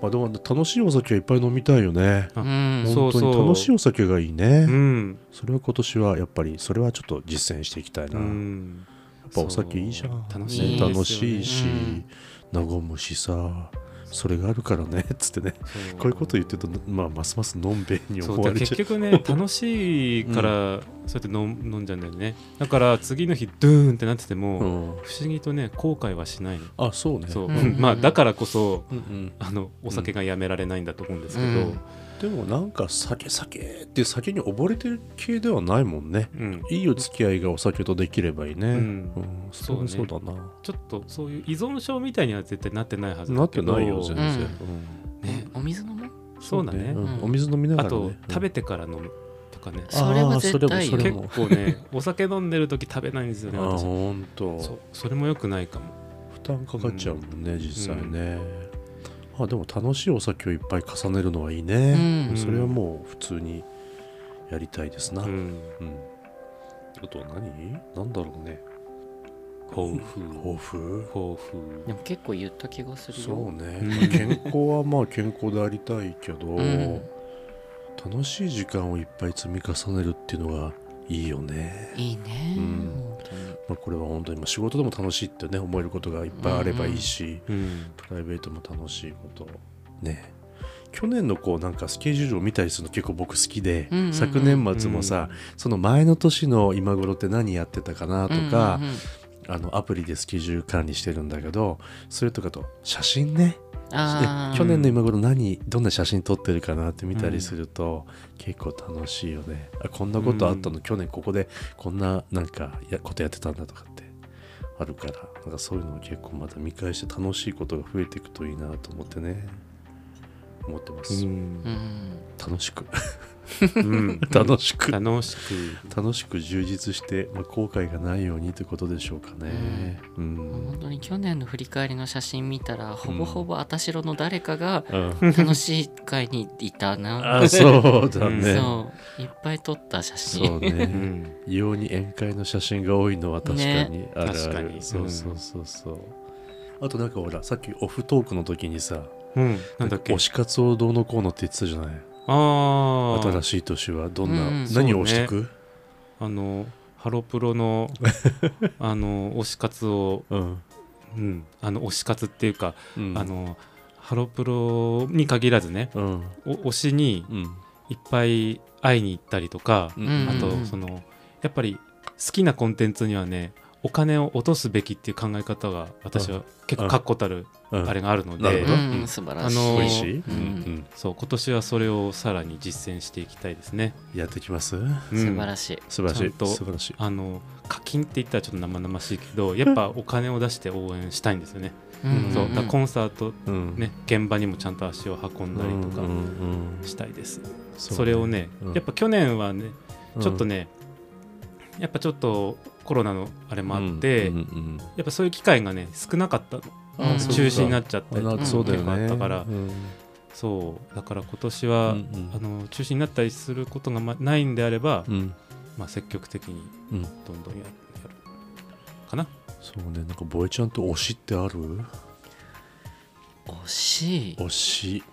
[SPEAKER 2] まあでも楽しいお酒はいっぱい飲みたいよね
[SPEAKER 3] あ
[SPEAKER 1] うん
[SPEAKER 3] そう
[SPEAKER 2] 本当に楽しいお酒がいいね、
[SPEAKER 3] うん、
[SPEAKER 2] それは今年はやっぱりそれはちょっと実践していきたいな、
[SPEAKER 3] う
[SPEAKER 2] や
[SPEAKER 3] ん、
[SPEAKER 2] っぱお酒いいじゃん
[SPEAKER 3] そう楽
[SPEAKER 1] しいです
[SPEAKER 2] ね
[SPEAKER 1] よね
[SPEAKER 2] 楽しいし、
[SPEAKER 1] うん
[SPEAKER 2] 和むしさそれがあるからねっつってね
[SPEAKER 3] そう
[SPEAKER 2] こういうこと言ってると、まあ、ますますのんべいに
[SPEAKER 3] そう
[SPEAKER 2] 思
[SPEAKER 3] だ
[SPEAKER 2] わ
[SPEAKER 3] から
[SPEAKER 2] れち
[SPEAKER 3] 結
[SPEAKER 2] ゃう
[SPEAKER 3] 局ね楽しいから、そうやって飲ん飲んじゃうんだよねだから次の日ドゥーンってなってても、
[SPEAKER 2] うん
[SPEAKER 3] 不思議とね後悔はしないの
[SPEAKER 2] あそうね
[SPEAKER 3] そう、
[SPEAKER 1] うん
[SPEAKER 3] まあだからこそ
[SPEAKER 2] うんうん
[SPEAKER 3] あのお酒がやめられないんだと思うんですけ
[SPEAKER 1] う
[SPEAKER 3] ど
[SPEAKER 1] ん、
[SPEAKER 2] でもなんか酒酒って酒に溺れてる系ではないもんね
[SPEAKER 3] うん
[SPEAKER 2] いいお付き合いがお酒とできればいいね、う
[SPEAKER 3] うんん
[SPEAKER 2] それは
[SPEAKER 3] そ
[SPEAKER 2] そうう
[SPEAKER 3] ね
[SPEAKER 2] だな、
[SPEAKER 3] ちょっとそういう依存症みたいには絶対なってないはず
[SPEAKER 2] な
[SPEAKER 3] だ
[SPEAKER 2] っ
[SPEAKER 3] け
[SPEAKER 2] て
[SPEAKER 3] ど
[SPEAKER 2] ないよ全然、
[SPEAKER 1] うん
[SPEAKER 3] ね
[SPEAKER 1] お水飲もう
[SPEAKER 3] そうだね
[SPEAKER 2] ん
[SPEAKER 1] うん
[SPEAKER 2] お水飲みなが
[SPEAKER 3] あ
[SPEAKER 2] ら、ね、
[SPEAKER 3] と、食べ
[SPEAKER 2] て
[SPEAKER 3] てから飲むとかね
[SPEAKER 2] あ
[SPEAKER 1] それは
[SPEAKER 2] ー
[SPEAKER 1] 絶対
[SPEAKER 2] そ
[SPEAKER 1] よ
[SPEAKER 2] れ
[SPEAKER 3] 結
[SPEAKER 2] も
[SPEAKER 3] 構ねお酒飲んでる時食べないんですよね
[SPEAKER 2] あ
[SPEAKER 3] 私
[SPEAKER 2] ほんと
[SPEAKER 3] そうそれも良くないかも
[SPEAKER 2] 負担かかっちゃうもんね、実際ね、あでも楽しいお酒をいっぱい重ねるのはいいね、
[SPEAKER 1] うん
[SPEAKER 2] それはもう普通にやりたいですな、
[SPEAKER 3] うん
[SPEAKER 2] うん、あと何なんだろうね
[SPEAKER 3] 豊
[SPEAKER 2] 抱負
[SPEAKER 3] 富豊富
[SPEAKER 1] でも結構言った気がするよ
[SPEAKER 2] そうね、
[SPEAKER 3] うん
[SPEAKER 2] まあ健康はまあ健康でありたいけど、
[SPEAKER 1] ん
[SPEAKER 2] 楽しい時間をいっぱい積み重ねるっていうのがいいよね、
[SPEAKER 1] いいね、
[SPEAKER 2] うん
[SPEAKER 1] 本当に
[SPEAKER 2] まあ、これは本当にまあ仕事でも楽しいってね思えることがいっぱいあればいいし、
[SPEAKER 3] うん
[SPEAKER 2] プライベートも楽しいことね去年のこうなんかスケジュールを見たりするの結構僕好きで、
[SPEAKER 1] うんうんうん
[SPEAKER 2] 昨年末もさ、その前の年の今頃って何やってたかなとか、
[SPEAKER 1] うんうんうん
[SPEAKER 2] あのアプリでスケジュール管理してるんだけどそれとかと写真ね
[SPEAKER 1] あー
[SPEAKER 2] で去年の今頃何どんな写真撮ってるかなって見たりすると、結構楽しいよねあこんなことあったの、去年ここでこんななんかやことやってたんだとかってあるからなんかそういうのを結構また見返して楽しいことが増えていくといいなと思ってね思ってま
[SPEAKER 3] う
[SPEAKER 2] す、
[SPEAKER 3] ん
[SPEAKER 1] うん
[SPEAKER 2] 楽しく
[SPEAKER 3] うん
[SPEAKER 2] 楽しく
[SPEAKER 3] 楽しく
[SPEAKER 2] 楽しく充実して、まあ、後悔がないようにということでしょうかねうん、
[SPEAKER 1] 本当に去年の振り返りの写真見たらほぼほぼあたしろの誰か が
[SPEAKER 2] うん
[SPEAKER 1] 楽しい会にいたな、
[SPEAKER 2] あ そうだね、
[SPEAKER 1] そういっぱい撮った写真
[SPEAKER 2] そう
[SPEAKER 3] う
[SPEAKER 2] ね
[SPEAKER 3] ん
[SPEAKER 2] 異様に宴会の写真が多いのは確かにあるある、
[SPEAKER 3] 確かに
[SPEAKER 2] そうそうそうそう、あとなんかほらさっきオフトークの時にさ
[SPEAKER 3] うんなんだっけ
[SPEAKER 2] 推し活をどうのこうのって言ってたじゃない
[SPEAKER 3] ああ
[SPEAKER 2] 新しい年はどんな、
[SPEAKER 1] うんうん
[SPEAKER 2] 何を推してく
[SPEAKER 3] あのハロプロ のあの推し活を、
[SPEAKER 2] う,、
[SPEAKER 3] うん、あの推し活っていうか、
[SPEAKER 2] んうん
[SPEAKER 3] あのハロプロに限らずね
[SPEAKER 2] うん
[SPEAKER 3] お推しに
[SPEAKER 2] うん
[SPEAKER 3] いっぱい会いに行ったりとか、
[SPEAKER 2] う
[SPEAKER 1] う
[SPEAKER 2] ん
[SPEAKER 1] ん
[SPEAKER 3] あ
[SPEAKER 1] うんう
[SPEAKER 3] と
[SPEAKER 1] ん
[SPEAKER 3] そのやっぱり好きなコンテンツにはねお金を落とすべきっていう考え方が私は結構確固たる
[SPEAKER 2] うん
[SPEAKER 3] あれがあるの
[SPEAKER 2] なる
[SPEAKER 3] で
[SPEAKER 2] ほど
[SPEAKER 1] うん素晴らしい。
[SPEAKER 3] あのー
[SPEAKER 2] 美味しい、
[SPEAKER 1] う
[SPEAKER 2] うんん
[SPEAKER 3] そう今年はそれをさらに実践していきたいですね。
[SPEAKER 2] うんやってきます
[SPEAKER 3] うん
[SPEAKER 1] 素晴らしい。
[SPEAKER 2] 素晴ら
[SPEAKER 3] ち
[SPEAKER 2] し
[SPEAKER 3] ゃん
[SPEAKER 2] い
[SPEAKER 3] と
[SPEAKER 2] 素晴らしい
[SPEAKER 3] あの課金って言ったらちょっと生々しいけどやっぱお金を出して応援したいんですよね。
[SPEAKER 2] うん
[SPEAKER 3] そうだからコンサート、
[SPEAKER 2] うん
[SPEAKER 3] ね、現場にもちゃんと足を運んだりと
[SPEAKER 2] うんう
[SPEAKER 3] か
[SPEAKER 2] んうん
[SPEAKER 3] したいです。
[SPEAKER 2] そ
[SPEAKER 3] そうれをね、
[SPEAKER 2] うん
[SPEAKER 3] やっぱ去年はね
[SPEAKER 2] うん
[SPEAKER 3] ちょっとね、やっぱちょっとコロナのあれもあって、
[SPEAKER 2] うんうん
[SPEAKER 3] やっぱそういう機会がね少なかったの
[SPEAKER 1] うん
[SPEAKER 2] あそうか
[SPEAKER 3] 中止になっちゃった
[SPEAKER 2] あ
[SPEAKER 3] りと
[SPEAKER 2] な
[SPEAKER 3] か
[SPEAKER 2] そうだよね、
[SPEAKER 3] あったから
[SPEAKER 2] うん
[SPEAKER 3] そうだから今年は、
[SPEAKER 2] うんうん
[SPEAKER 3] あの中止になったりすることがまないんであれば、
[SPEAKER 2] うん
[SPEAKER 3] まあ、積極的に
[SPEAKER 2] うん
[SPEAKER 3] どんどんややるかな
[SPEAKER 2] そうねなんかボエちゃんと推しってある
[SPEAKER 1] 惜しい。
[SPEAKER 2] 推し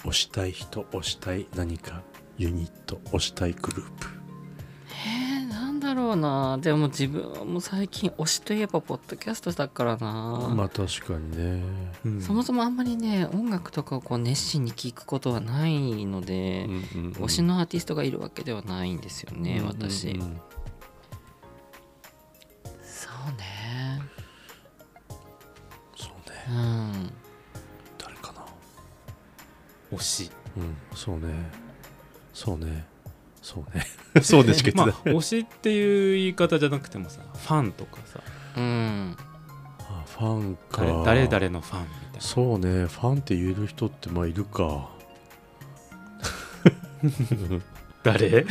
[SPEAKER 2] 推したい人推したい何かユニット推したいグループ
[SPEAKER 1] えー、なんだろうな。でも自分はもう最近推しといえばポッドキャストだからな。
[SPEAKER 2] まあ確かにね
[SPEAKER 3] うん
[SPEAKER 1] そもそもあんまりね音楽とかをこう熱心に聴くことはないので、推しのアーティストがいるわけではないんですよね、私、
[SPEAKER 2] うんうん
[SPEAKER 1] そうね
[SPEAKER 2] そう
[SPEAKER 1] う
[SPEAKER 2] ね
[SPEAKER 1] ん
[SPEAKER 2] 誰かな
[SPEAKER 3] 推し
[SPEAKER 2] うんそうねそうね そうねそうねしか
[SPEAKER 3] ま
[SPEAKER 2] 言
[SPEAKER 3] あ
[SPEAKER 2] ってない、
[SPEAKER 3] 推しっていう言い方じゃなくてもさファンとかさ
[SPEAKER 1] うん
[SPEAKER 2] あファンか
[SPEAKER 3] 誰誰々のファンみたいな
[SPEAKER 2] そうねファンって言える人ってまあいるか
[SPEAKER 3] 誰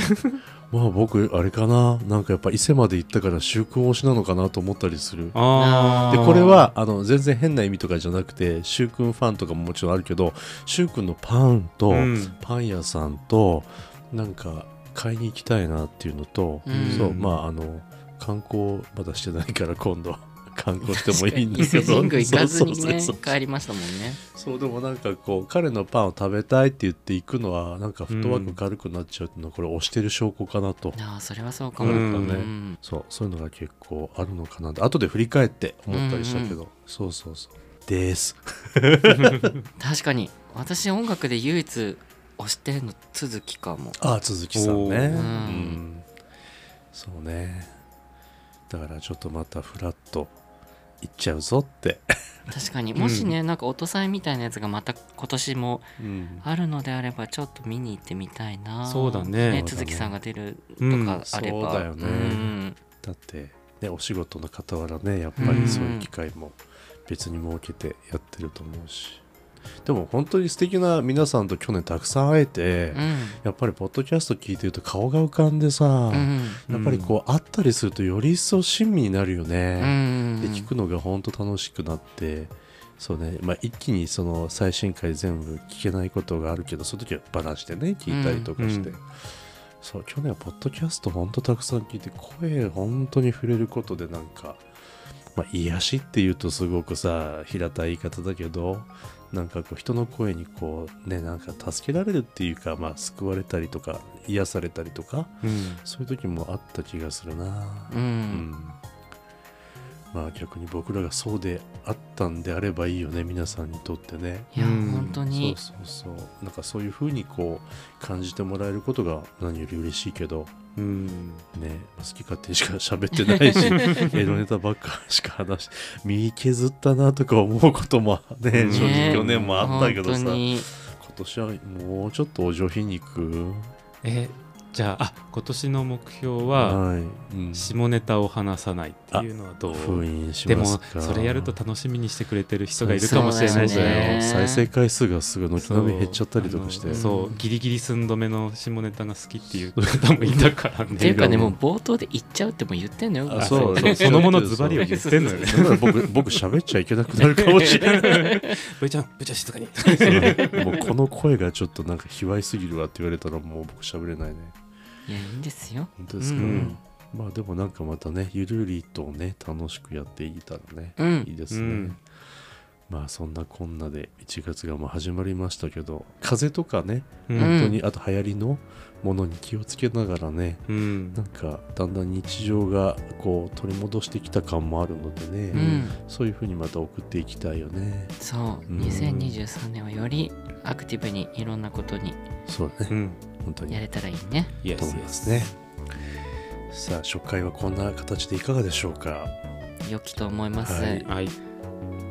[SPEAKER 2] まあ僕あれかななんかやっぱ伊勢まで行ったから修君推しなのかなと思ったりする
[SPEAKER 3] あ
[SPEAKER 2] で
[SPEAKER 3] ー
[SPEAKER 2] これはあの全然変な意味とかじゃなくて柊君ファンとかももちろんあるけど柊君のパンと、
[SPEAKER 3] うん
[SPEAKER 2] パン屋さんとなんか買いに行きたいなっていうのと、
[SPEAKER 1] うん
[SPEAKER 2] そうまああの観光まだしてないから今度 観光してもいいんだ
[SPEAKER 1] 伊勢
[SPEAKER 2] けど
[SPEAKER 1] 神宮行かずに
[SPEAKER 2] そうそう
[SPEAKER 1] ね
[SPEAKER 2] そう
[SPEAKER 1] 帰りましたもんね
[SPEAKER 2] そうでもなんかこう彼のパンを食べたいって言って行くのはなんかフットワーク軽くなっちゃうっていうのはこれ押してる証拠かなと、
[SPEAKER 1] ああそれはそうかも、う
[SPEAKER 3] うんん
[SPEAKER 2] そうそういうのが結構あるのかなって後で振り返って思ったりしたけど、そうそうそうです
[SPEAKER 1] 確かに私音楽で唯一推してるの続きかも
[SPEAKER 2] ああ鈴木さん
[SPEAKER 1] お
[SPEAKER 2] ね
[SPEAKER 1] ー
[SPEAKER 2] う
[SPEAKER 1] うん
[SPEAKER 2] んそうねだからちょっとまたフラッと行っちゃうぞって、
[SPEAKER 1] 確かにもしね、なんか音祭みたいなやつがまた今年もあるのであればちょっと見に行ってみたいな
[SPEAKER 3] そうだねそうだね
[SPEAKER 1] 鈴木さんが出ると
[SPEAKER 3] うん
[SPEAKER 1] かあれば、
[SPEAKER 2] そうだよね
[SPEAKER 1] ん
[SPEAKER 2] だってねお仕事の傍らねやっぱりそういう機会も別に設けてやってると思うし、でも本当に素敵な皆さんと去年たくさん会えて、
[SPEAKER 1] うん
[SPEAKER 2] やっぱりポッドキャスト聞いてると顔が浮かんでさ、
[SPEAKER 1] うん
[SPEAKER 2] やっぱりこう会ったりするとより一層親身になるよね、
[SPEAKER 1] うん
[SPEAKER 2] で聞くのが本当楽しくなってそうね、まあ、一気にその最新回全部聞けないことがあるけどその時はバラしてね聞いたりとかして、
[SPEAKER 3] うん
[SPEAKER 2] そう去年はポッドキャスト本当たくさん聞いて声本当に触れることでなんか、まあ、癒しっていうとすごくさ平たい言い方だけどなんかこう人の声にこうねなんか助けられるっていうか、まあ、救われたりとか癒されたりとか
[SPEAKER 3] うん
[SPEAKER 2] そういう時もあった気がするな。
[SPEAKER 1] うん
[SPEAKER 2] うんまあ逆に僕らがそうであったんであればいいよね皆さんにとってね
[SPEAKER 1] いや、
[SPEAKER 3] うん
[SPEAKER 1] 本当に
[SPEAKER 2] そうそうそうなんかそういう風にこう感じてもらえることが何より嬉しいけど
[SPEAKER 3] うん
[SPEAKER 2] ね好き勝手しか喋ってない しエロネタばっかしか話し身削ったなとか思うこともね
[SPEAKER 3] ね
[SPEAKER 2] 正直去年もあったけどさ
[SPEAKER 1] 本当
[SPEAKER 2] 今
[SPEAKER 1] に
[SPEAKER 2] 年はもうちょっとお上品にいく
[SPEAKER 3] えじゃああ今年の目標は、
[SPEAKER 2] はい、うん
[SPEAKER 3] 下ネタを話さないっていうのはどう
[SPEAKER 2] 封印し
[SPEAKER 3] で
[SPEAKER 2] ま
[SPEAKER 3] も
[SPEAKER 2] すか
[SPEAKER 3] それやると楽しみにしてくれてる人がいるかもしれないし
[SPEAKER 1] そうだよね
[SPEAKER 2] 再生回数がすぐ軒
[SPEAKER 3] そう
[SPEAKER 2] 並み減っちゃったりとかして
[SPEAKER 3] あのそうギリギリ寸止めの下ネタが好きっていう方もいたからね
[SPEAKER 1] っていうかねもう冒頭で言っちゃうっても言ってんのよ
[SPEAKER 2] あ
[SPEAKER 1] 僕
[SPEAKER 2] そう
[SPEAKER 3] そそのものズバリを
[SPEAKER 1] そう
[SPEAKER 3] 言ってんのよね
[SPEAKER 2] だから僕僕喋っちゃいけなくなるかもしれない
[SPEAKER 3] ブイちゃんブイちゃん静かに
[SPEAKER 2] もうこの声がちょっとなんか卑猥すぎるわって言われたらもう僕喋れないね
[SPEAKER 1] いやいいんですよ
[SPEAKER 2] 本当ですか、
[SPEAKER 3] うん
[SPEAKER 2] まあでもなんかまたねゆるりとね楽しくやっていけたらね、
[SPEAKER 1] うん
[SPEAKER 2] いいですね、
[SPEAKER 3] うん
[SPEAKER 2] まあそんなこんなで1月がもう始まりましたけど風邪とかね
[SPEAKER 3] う
[SPEAKER 1] うん
[SPEAKER 3] ん
[SPEAKER 2] 本当に、あと流行りのものに気をつけながらね、
[SPEAKER 3] うん
[SPEAKER 2] なんかだんだん日常がこう取り戻してきた感もあるのでね、
[SPEAKER 1] うん、
[SPEAKER 2] そういうふうにまた送っていきたいよね
[SPEAKER 1] そう
[SPEAKER 2] うん
[SPEAKER 1] 2023年はよりアクティブにいろんなことに
[SPEAKER 2] そうだね
[SPEAKER 3] うん
[SPEAKER 2] 本当に
[SPEAKER 1] やれたらいいね
[SPEAKER 3] イエ
[SPEAKER 2] と
[SPEAKER 3] ス
[SPEAKER 2] 思いますねさあ初回はこんな形でいかがでしょうか
[SPEAKER 1] 良きと思います、
[SPEAKER 2] はい
[SPEAKER 3] はい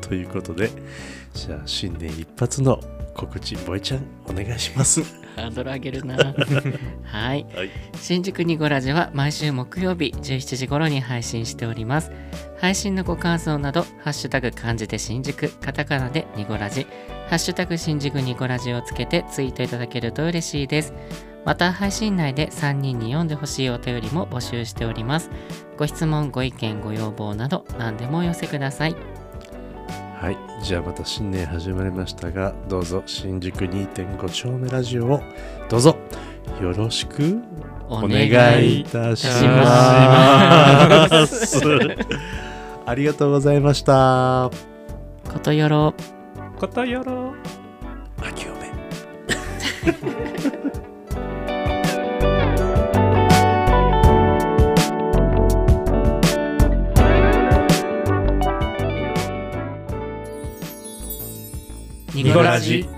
[SPEAKER 2] ということでじゃあ新年一発の告知ボイちゃんお願いし ます
[SPEAKER 1] ハードル上げる なはい
[SPEAKER 2] はい
[SPEAKER 1] 新宿ニゴラジは毎週木曜日17時頃に配信しております配信のご感想など「ハッシュタグ漢字で新宿」カタカナでニゴラジ「ハッシュタグ新宿ニゴラジ」をつけてツイートいただけると嬉しいですまた配信内で3人に読んでほしいお便りも募集しておりますご質問ご意見ご要望など何でもお寄せください
[SPEAKER 2] はいじゃあまた新年始まりましたがどうぞ新宿2.5丁目ラジオをどうぞよろしく
[SPEAKER 1] お
[SPEAKER 2] お
[SPEAKER 1] 願い
[SPEAKER 2] 願いいたします ありがとうございました
[SPEAKER 1] ことよろ
[SPEAKER 3] ことよろ
[SPEAKER 2] 秋嫁
[SPEAKER 1] ニ
[SPEAKER 3] ニコラジ